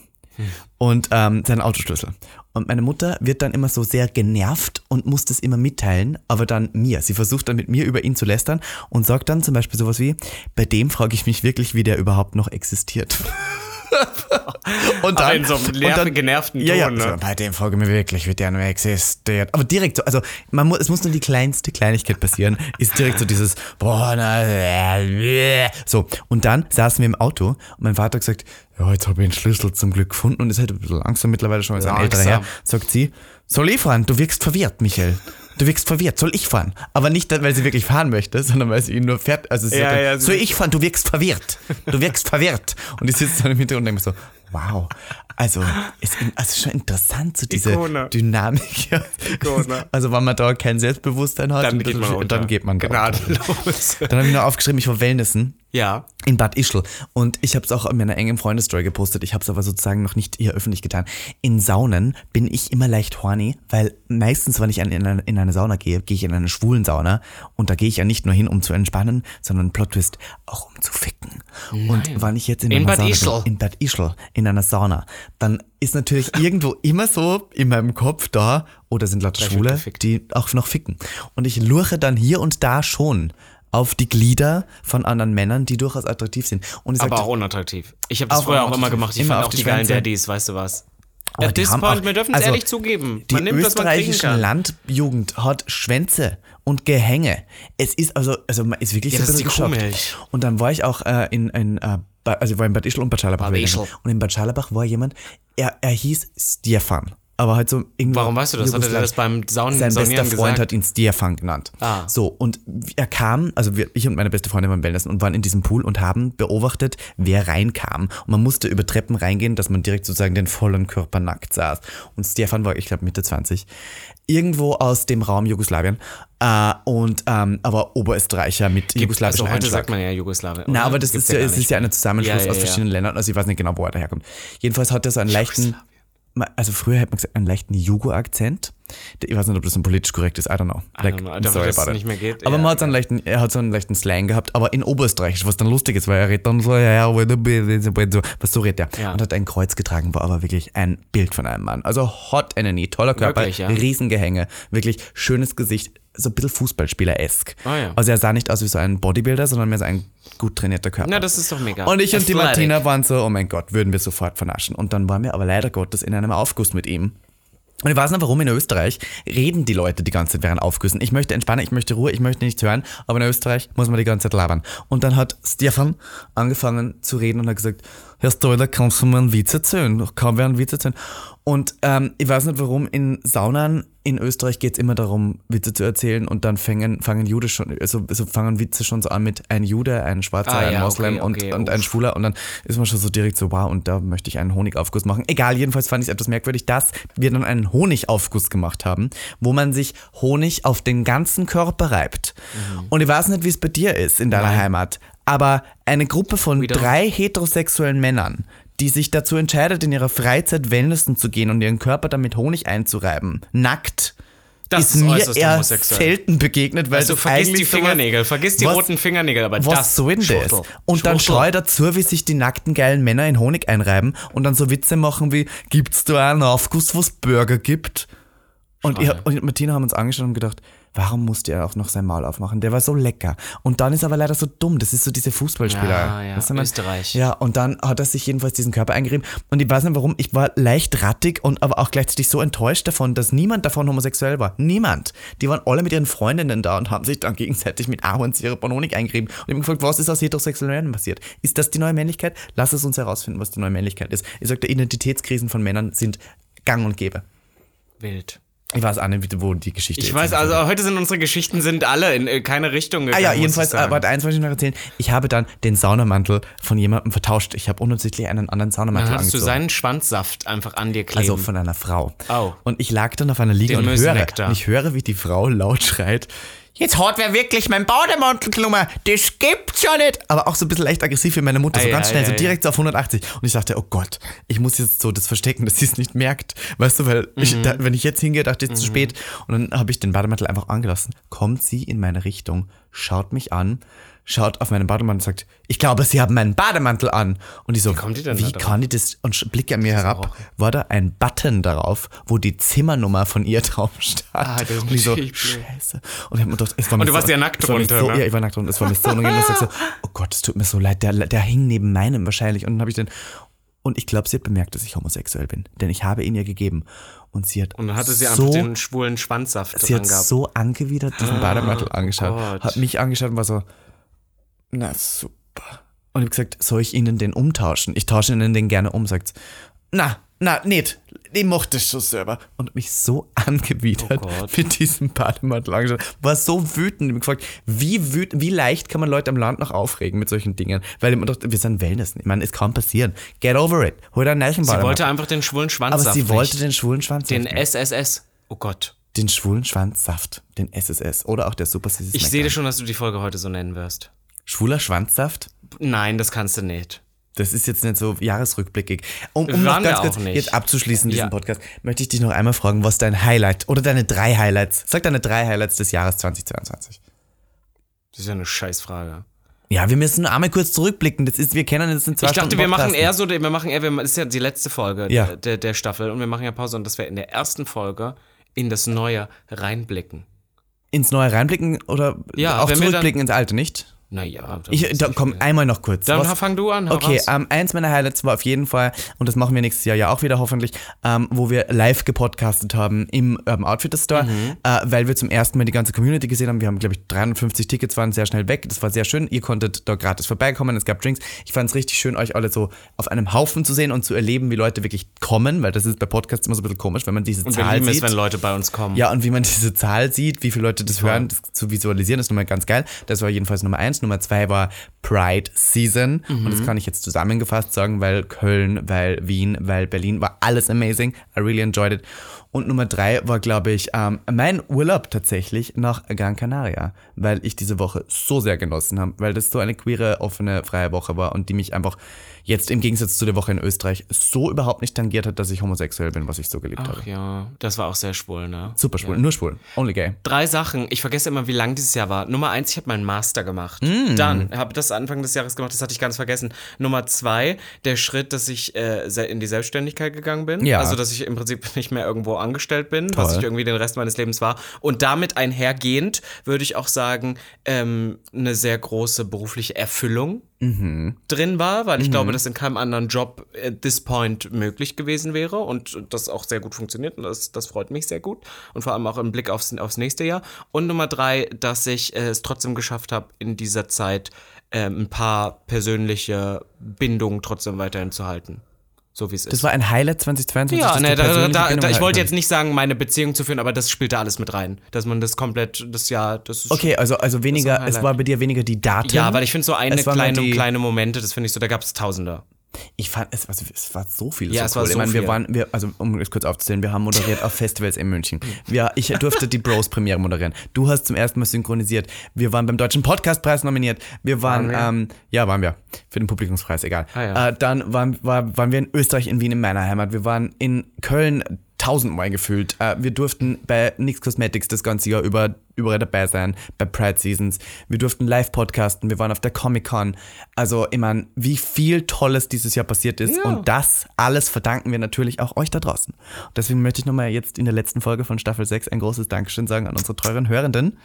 Und ähm, seinen Autoschlüssel. Und meine Mutter wird dann immer so sehr genervt und muss das immer mitteilen, aber dann mir. Sie versucht dann mit mir über ihn zu lästern und sagt dann zum Beispiel sowas wie, bei dem frage ich mich wirklich, wie der überhaupt noch
*laughs*
existiert. und dann,
Also in so einem nerv- genervten
ja, ja,
Ton, ne?
so, Äh, bei dem folge mir wirklich, wie der nur existiert. Aber direkt so, also man muss, es muss nur die kleinste Kleinigkeit passieren, ist direkt so dieses, boah, na, äh, äh. so. Und dann saßen wir im Auto und mein Vater hat gesagt, ja, jetzt habe ich den Schlüssel zum Glück gefunden und ist halt ein bisschen langsam mittlerweile schon als ein älterer Herr,
Langsam.
sagt sie, soll ich fahren? Du wirkst verwirrt, Michael. Du wirkst verwirrt, soll ich fahren? Aber nicht, weil sie wirklich fahren möchte, sondern weil sie ihn nur fährt. Also sie
Ja,
sagt dann,
ja, sie-
soll ich fahren? Du wirkst verwirrt. Du wirkst verwirrt. Und ich sitze dann im Hintergrund und denke mir so, wow. Also, ist in- also schon interessant, so diese
Ikone.
Dynamik. Ja.
Ikone.
Also, wenn man da kein Selbstbewusstsein hat,
dann
und
geht man Genau.
dann
runter.
geht man da unter.
Gnadenlos.
Dann habe ich noch aufgeschrieben, ich war Wellnessen
ja.
in Bad Ischl. Und ich habe es auch in meiner engen Freundestory gepostet. Ich habe es aber sozusagen noch nicht hier öffentlich getan. In Saunen bin ich immer leicht horny, weil meistens, wenn ich an- in eine, in eine Sauna gehe, gehe ich in eine schwulen Sauna. Und da gehe ich ja nicht nur hin, um zu entspannen, sondern Plot Twist, auch um zu ficken. Und wenn ich jetzt in,
In
einer
Bad
Sauna
Ischl.
Bin, in Bad Ischl, in einer Sauna, dann ist
*laughs*
natürlich irgendwo immer so in meinem Kopf da, oder sind lauter
wird
Schwule,
gefickt.
die auch noch ficken. Und ich lurche dann hier und da schon auf die Glieder von anderen Männern, die durchaus attraktiv sind. Und ich
Aber
sagte,
auch unattraktiv. Ich habe das
Auch
vorher auch immer
unattraktiv.
gemacht. Ich
Immer
fand
auf
auch
die
die geilen
Schwänze.
Daddies, weißt du was?
Aber
At
die
this
haben
point,
auch-
wir dürfen es
also,
ehrlich zugeben.
die
Man nimmt, was man kriegen
österreichische
kann.
Landjugend hat Schwänze und Gehänge. Es ist also, also man ist wirklich
Ja,
so ein
das ist
bisschen
die
geschockt.
Kuhmilch.
Und dann war ich auch äh, in, in äh, Ba- also war in Bad Ischl und Bad Scharlabach.
Bad Ischl.
Und in Bad Scharlabach war jemand, er, er hieß Stefan. aber halt so irgendwie.
Warum weißt du das? Hat er dir
Jugoslaw-
das beim Saunen
sein
Saunieren
bester Freund
gesagt?
hat ihn Stefan genannt.
Ah.
So, und er kam, also wir, ich und meine beste Freundin waren Wellnessen und waren in diesem Pool und haben beobachtet, wer reinkam. Und man musste über Treppen reingehen, dass man direkt sozusagen den vollen Körper nackt saß. Und Stefan war, ich glaube, Mitte 20. Irgendwo aus dem Raum Jugoslawien. Äh, und, ähm, aber Oberösterreicher mit jugoslawischen
also heute
Einschlag.
sagt man ja Jugoslawien.
Na,
oder?
aber das
Gibt's
ist ja,
gar
es
nicht.
ist ja ein Zusammenschluss
Ja, ja,
aus
ja.
verschiedenen Ländern. Also ich weiß nicht genau, wo er daherkommt. Jedenfalls hat er so einen leichten, also früher hätte man gesagt, einen leichten Jugo-Akzent. Ich weiß nicht, ob das dann politisch korrekt ist. I don't know.
don't know. Dafür, dass es nicht mehr geht,
Aber
ja,
man hat so einen leichten, er hat so einen leichten Slang gehabt, aber in Oberösterreichisch, was dann lustig ist, weil er redet dann so, ja, ja, wo du bist, so, was so redet er.
Ja.
Und hat ein Kreuz getragen, war aber wirklich ein Bild von einem Mann. Also Hot Enemy, toller Körper,
Wirklich, ja?
Riesengehänge, wirklich schönes Gesicht, so ein bisschen Fußballspieler-esk.
Ah, ja.
Also er sah nicht aus wie so ein Bodybuilder, sondern mehr so ein gut trainierter Körper.
Na, das ist doch mega.
Und ich und die
Athletic.
Martina waren so, oh mein Gott, würden wir sofort vernaschen. Und dann waren wir aber leider Gottes in einem Aufguss mit ihm. Und ich weiß nicht, warum in Österreich reden die Leute die ganze Zeit während Aufgüssen. Ich möchte entspannen, ich möchte Ruhe, ich möchte nichts hören, aber in Österreich muss man die ganze Zeit labern. Und dann hat Stefan angefangen zu reden und hat gesagt, Herr Stoiler, kannst du mir einen Witz erzählen? Kann wer einen Witz erzählen? Und ähm, ich weiß nicht, warum in Saunan in Österreich geht es immer darum, Witze zu erzählen und dann fangen, fangen Jude schon, also, also fangen Witze schon so an mit ein Jude, ein Schwarzer,
Ah,
ein
ja,
Moslem
okay, okay, oh,
und, und
uff.
ein ein Schwuler und dann ist man schon so direkt so, wow, und da möchte ich einen Honigaufguss machen. Egal, jedenfalls fand ich es etwas merkwürdig, dass wir dann einen Honigaufguss gemacht haben, wo man sich Honig auf den ganzen Körper reibt.
Mhm.
Und ich weiß nicht, wie es bei dir ist in deiner Heimat, aber eine Gruppe von
Wieder-
drei heterosexuellen Männern, die sich dazu entscheidet, in ihrer Freizeit Wellnessen zu gehen und ihren Körper dann mit Honig einzureiben, nackt,
Das
ist
ist
mir
äußerst
eher
homosexuell.
selten begegnet, weil
Also
das
vergiss die
eigentlich sowas-
Fingernägel, vergiss die
was-
roten Fingernägel, aber das
was soll denn das?
Schwuchtel.
Und dann
Schwuchtel.
schreit er zu, wie sich die nackten geilen Männer in Honig einreiben und dann so Witze machen wie, gibt's da einen Aufguss, wo's Burger gibt? Und, ich, hab- und Martina haben uns angeschaut und gedacht, warum musste er auch noch sein Maul aufmachen? Der war so lecker. Und dann ist er aber leider so dumm. Das ist so diese Fußballspieler.
Ja, ja,
Weißt du, man-
Österreich.
Ja, und dann hat er sich jedenfalls diesen Körper eingerieben. Und ich weiß nicht warum, ich war leicht rattig und aber auch gleichzeitig so enttäuscht davon, dass niemand davon homosexuell war. Niemand. Die waren alle mit ihren Freundinnen da und haben sich dann gegenseitig mit Ahornsirup und Honig eingerieben. Und ich habe gefragt, was ist aus heterosexuellen Männern passiert? Ist das die neue Männlichkeit? Lass es uns herausfinden, was die neue Männlichkeit ist. Ich sage, Identitätskrisen von Männern sind gang und gäbe.
Wild.
Ich weiß auch nicht, wo die Geschichte
Ich
jetzt
weiß, also heute sind unsere Geschichten sind alle in äh, keine Richtung gegangen.
Ah ja,
muss ich
jedenfalls, äh,
sagen.
warte, eins wollte ich noch erzählen. Ich habe dann den Saunamantel von jemandem vertauscht. Ich habe unabsichtlich einen anderen
Dann
Saunamantel
hattest du
angezogen.
seinen Schwanzsaft einfach an dir kleben.
also von einer Frau.
Au.
Und ich lag dann auf einer Liege
Den
und höre,
Mösenektar.
und ich höre, wie die Frau laut schreit. Jetzt hat wer wirklich mein Bademantel genommen. Das gibt's ja nicht. Aber auch so ein bisschen leicht aggressiv wie meine Mutter. So
Ei,
ganz
ei,
schnell, so
ei.
direkt so auf 180. Und ich dachte, oh Gott, ich muss jetzt so das verstecken, dass sie es nicht merkt. Weißt du, weil
Mhm.
ich, da, wenn ich jetzt hingehe, dachte ich, es ist zu spät. Und dann habe ich den Bademantel einfach angelassen. Kommt sie in meine Richtung, schaut mich an, schaut auf meinen Bademantel und sagt, ich glaube, sie haben meinen Bademantel an. Und ich so,
kommt die denn
wie
da drauf?
kann ich das? Und sch- blicke an mir herab, war da ein Button darauf, wo die Zimmernummer von ihr drauf stand.
Ah, das ist
und ich so,
natürlich blöd.
scheiße. Und ich hab mir gedacht, es war mir
du
so,
warst ja nackt
es war mir
drunter,
So,
ne?
Ja, ich war nackt drunter. Es war mir so unangenehm. dass ich so, oh Gott, es tut mir so leid. Der, der hing neben meinem wahrscheinlich. Und dann habe ich den... Und ich glaube, sie hat bemerkt, dass ich homosexuell bin. Denn ich habe ihn ihr gegeben. Und sie hat
und dann hatte sie
so
einfach den schwulen Schwanzsaft
sie
dran
hat
gehabt. Ah, oh
so angewidert diesen Bademantel angeschaut,
Gott.
hat mich angeschaut und war so, na super. Und ich hab gesagt, soll ich Ihnen den umtauschen? Ich tausche Ihnen den gerne um, sagt na, na, nicht, ich mochte es schon selber. Und hat mich so angewidert
Oh Gott.
mit diesem Bademantel angeschaut, war so wütend. Ich hab gefragt, wie, wüt, wie leicht kann man Leute am Land noch aufregen mit solchen Dingen? Weil ich mir dachte, wir sind Wellness. Ich meine, es kann passieren. Get over it. Hol dir einen neuen
Sie
Bademantel.
wollte einfach den schwulen Schwanzsaft.
Aber sie wollte
nicht.
den schwulen Schwanz
den
nicht.
SSS. Oh Gott.
Den schwulen Schwanzsaft, den SSS oder auch der Super Sissy
Ich sehe schon, dass du die Folge heute so nennen wirst.
Schwuler Schwanzsaft?
Nein, das kannst du nicht.
Das ist jetzt nicht so jahresrückblickig. Um, um
Waren
noch
wir
ganz
auch
kurz
nicht.
jetzt abzuschließen, diesen
Ja.
Podcast, möchte ich dich noch einmal fragen, was dein Highlight oder deine drei Highlights, sag deine drei Highlights des Jahres 2022.
Das ist ja eine Scheißfrage.
Ja, wir müssen nur einmal kurz zurückblicken. Das ist, wir kennen jetzt in zwei
Ich dachte,
Stunden
wir machen
Podcasten.
eher so, wir machen eher, wir, das ist ja die letzte Folge
Ja.
der- der, der Staffel und wir machen ja Pause und dass wir in der ersten Folge in das Neue reinblicken.
ins Neue reinblicken oder
Ja,
auch
wenn wir
zurückblicken ins Alte, nicht?
Naja.
Ich, da, komm, einmal noch kurz.
Dann fang du an, hau
Okay,
raus.
ähm, eins meiner Highlights war auf jeden Fall, und das machen wir nächstes Jahr ja auch wieder hoffentlich, ähm, wo wir live gepodcastet haben im Urban Outfitters Store,
Mhm.
äh, weil wir zum ersten Mal die ganze Community gesehen haben. Wir haben, glaube ich, 350 Tickets waren sehr schnell weg. Das war sehr schön. Ihr konntet da gratis vorbeikommen. Es gab Drinks. Ich fand es richtig schön, euch alle so auf einem Haufen zu sehen und zu erleben, wie Leute wirklich kommen, weil das ist bei Podcasts immer so ein bisschen komisch, wenn man diese
und wir
Zahl
lieben
sieht.
es, wenn Leute bei uns kommen.
Ja, und wie man *laughs* diese Zahl sieht, wie viele Leute das hören, das zu visualisieren, ist nochmal ganz geil. Das war jedenfalls Nummer eins. Nummer zwei war Pride Season. Und das kann ich jetzt zusammengefasst sagen, weil Köln, weil Wien, weil Berlin war alles amazing. I really enjoyed it. Und Nummer drei war, glaube ich, ähm, mein Urlaub tatsächlich nach Gran Canaria, weil ich diese Woche so sehr genossen habe, weil das so eine queere, offene, freie Woche war und die mich einfach jetzt im Gegensatz zu der Woche in Österreich so überhaupt nicht tangiert hat, dass ich homosexuell bin, was ich so geliebt habe.
Ach ja, das war auch sehr schwul, ne?
Super schwul, nur schwul, only gay.
Drei Sachen. Ich vergesse immer, wie lang dieses Jahr war. Nummer eins, ich habe meinen Master gemacht.
Mm.
Dann habe das Anfang des Jahres gemacht. Das hatte ich ganz vergessen. Nummer zwei, der Schritt, dass ich äh, se- in die Selbstständigkeit gegangen bin.
Ja.
Also, dass ich im Prinzip *laughs* nicht mehr irgendwo angestellt bin, was
Toll.
ich irgendwie den Rest meines Lebens war. Und damit einhergehend würde ich auch sagen, ähm, eine sehr große berufliche Erfüllung drin war, weil ich
Mhm.
glaube, das in keinem anderen Job at this point möglich gewesen wäre und das auch sehr gut funktioniert und das, das freut mich sehr gut und vor allem auch im Blick aufs, aufs nächste Jahr. Und Nummer drei, dass ich äh, es trotzdem geschafft habe, in dieser Zeit ähm, ein paar persönliche Bindungen trotzdem weiterhin zu halten. So wie es
Das
ist.
war ein Highlight 2022.
Ja,
dass
ne,
du
da,
persönliche
da,
Bindung halt, ne?
da, ich wollte
halten
jetzt nicht sagen, meine Beziehung zu führen, aber das spielt da alles mit rein. Dass man das komplett, das Jahr, das ist
Okay, also, also weniger,
ein
es
Highlight.
war bei dir weniger die Daten.
Ja, weil ich finde so eine
Es war mal
kleine,
die-
kleine Momente, das finde ich so, da gab es Tausende.
Ich fand, es war, es war so viel.
Ja,
so
es war
cool. ich
so
meine, wir
viel.
waren, wir, also um es kurz aufzuzählen, wir haben moderiert auf Festivals in München. Ja, ich durfte die Bros-Premiere moderieren. Du hast zum ersten Mal synchronisiert. Wir waren beim Deutschen Podcastpreis nominiert. Wir waren, Ähm, ja, waren wir. Für den Publikumspreis, egal.
Ah, ja.
äh, dann waren, war, waren wir in Österreich, in Wien, in meiner Heimat. Wir waren in Köln tausendmal gefühlt. Äh, wir durften bei Nix Cosmetics das ganze Jahr über überall dabei sein, bei Pride Seasons. Wir durften live podcasten, wir waren auf der Comic-Con. Also, ich meine, wie viel Tolles dieses Jahr passiert ist.
Ja.
Und das alles verdanken wir natürlich auch euch da draußen. Deswegen möchte ich nochmal jetzt in der letzten Folge von Staffel 6 ein großes Dankeschön sagen an unsere teuren Hörenden.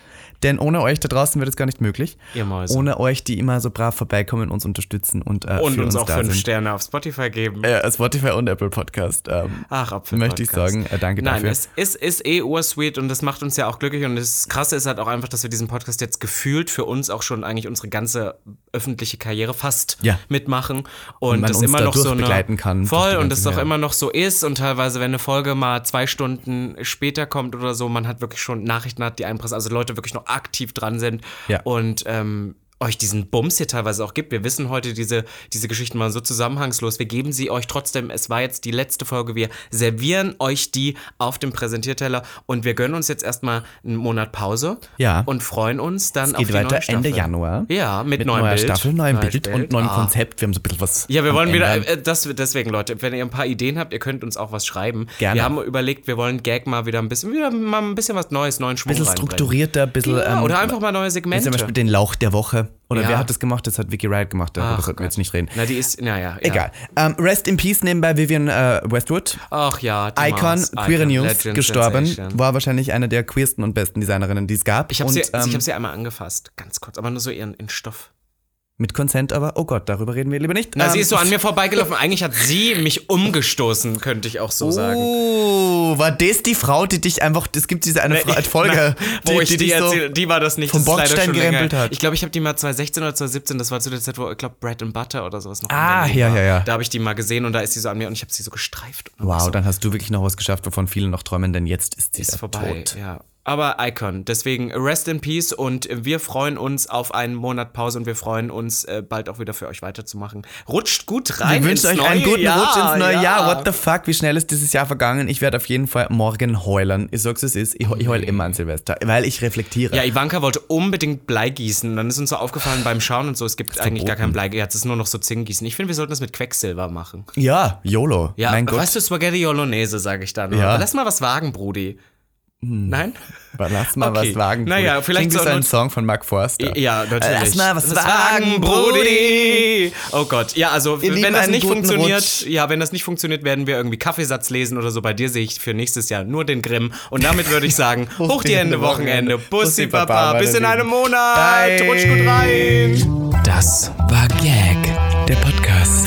Denn ohne euch da draußen wäre das gar nicht möglich.
Ihr Mäuse.
Ohne euch, die immer so brav vorbeikommen, uns unterstützen und, äh,
Und
für
uns,
uns
auch
da
fünf
sind.
Sterne auf Spotify geben.
Ja, Spotify und Apple Podcast. Ähm,
Ach, Apfel.
Möchte ich
Podcast.
sagen, äh, danke
Nein,
dafür.
es ist, ist eh ursweet und das macht uns ja auch glücklich. Und das Krasse ist halt auch einfach, dass wir diesen Podcast jetzt gefühlt für uns auch schon eigentlich unsere ganze öffentliche Karriere fast
Ja.
mitmachen. Und
man
das
uns
immer
da
noch so eine,
durchbegleiten kann durch
Voll
die
und
ganzen
das auch
Jahre.
immer noch so ist. Und teilweise, wenn eine Folge mal zwei Stunden später kommt oder so, man hat wirklich schon Nachrichten hat, die einpressen. Also Leute wirklich noch aktiv dran sind.
Ja.
Und ähm, euch diesen Bums hier teilweise auch gibt. Wir wissen heute diese, diese Geschichten mal so zusammenhangslos. Wir geben sie euch trotzdem. Es war jetzt die letzte Folge. Wir servieren euch die auf dem Präsentierteller und wir gönnen uns jetzt erstmal einen Monat Pause
Ja.
und freuen uns dann auf
geht
die
weiter
neue Staffel.
Ende Januar.
Ja, mit,
Mit
neuem
neuer
Bild.
Staffel, neuem Bild, und neuem
Ah.
Konzept. Wir haben so ein bisschen was.
Ja, wir
am
wollen wieder,
Ändern.
äh, das, deswegen Leute, wenn ihr ein paar Ideen habt, ihr könnt uns auch was schreiben.
Gerne.
Wir haben überlegt, wir wollen Gag mal wieder ein bisschen, wieder mal ein bisschen was Neues, neuen Schwung
Ein bisschen
reinbringen.
strukturierter, ein bisschen.
Ja,
ähm,
oder einfach mal neue
jetzt
Segmente.
Zum Beispiel den Lauch der Woche. Oder
Ja.
wer hat das gemacht? Das hat Vicky Riot gemacht.
Ach
Darüber sollten
Gott.
wir jetzt nicht reden.
Na, die ist, naja. Ja.
Egal. Ähm, Rest in Peace nebenbei Vivian äh, Westwood.
Ach ja, die
Icon,
Mars,
Queere
Icon,
News,
Legend,
gestorben.
Sensation.
War wahrscheinlich eine der queersten und besten Designerinnen, die es gab.
Ich habe
und,
sie,
ähm,
ich hab sie einmal angefasst, ganz kurz, aber nur so ihren in Stoff.
mit Consent, aber oh Gott, darüber reden wir lieber nicht.
Na,
Ähm,
sie ist so an mir vorbeigelaufen. Eigentlich hat sie mich umgestoßen, könnte ich auch so sagen.
Oh, war das die Frau, die dich einfach. Es gibt diese *laughs* eine Frau, Folge,
*laughs* Na, wo ich die,
dich so-
erzähl, die war das nicht. das
vom
ist leider
Bordstein
schon länger
gerempelt
her.
hat.
Ich glaube, ich habe die mal 2016 oder 2017, das war zu der Zeit, wo, ich glaube, Bread and Butter oder sowas noch. im
Ah,
Menü
ja,
war.
ja, ja. Oh,
Da habe ich die mal gesehen und da ist sie so an mir und ich habe sie so gestreift. Und
Wow, dann hast du wirklich noch was geschafft, wovon viele noch träumen, denn jetzt ist sie
ist
ist
vorbei.
tot.
Ja. Aber Icon, deswegen rest in peace und wir freuen uns auf einen Monat Pause und wir freuen uns äh, bald auch wieder für euch weiterzumachen. Rutscht gut rein.
Ich wünsche
ins
euch einen
neue
guten
Jahr.
Rutsch ins neue
ja.
Jahr. What the fuck, wie schnell ist dieses Jahr vergangen? Ich werde auf jeden Fall morgen heulen. Ich sag's, es ist. Ich, heu- ich heule immer an Silvester, weil ich reflektiere.
Ja, Ivanka wollte unbedingt Blei gießen. Dann ist uns so aufgefallen beim Schauen und so, es gibt eigentlich gar kein Blei. Jetzt ist nur noch so Zinngießen. Ich finde, wir sollten das mit Quecksilber machen.
Ja, YOLO.
Ja,
mein Gott.
weißt du, Spaghetti Bolognese, sage ich dann.
Ja.
Lass mal was wagen, Brudi. Nein?
Lass mal
Okay.
was wagen.
Naja,
Bruder.
vielleicht
Klingt wie
soll
so ein
uns-
Song von Mark Forster.
Ja, natürlich.
Lass mal was
Das
wagen,
Brudi.
Brudi.
Oh Gott. Ja, also
Ihr Lieben,
wenn das
einen
nicht
guten
funktioniert,
Rutsch.
ja, wenn das nicht funktioniert, werden wir irgendwie Kaffeesatz lesen oder so. Bei dir sehe ich für nächstes Jahr nur den Grimm. Und damit würde ich sagen, *laughs* hoch, die Hände, Wochenende. Bussi, Papa.
meine
Bis in
Lieben.
einem Monat.
Bye.
Rutsch gut rein.
Das war Gag, der Podcast.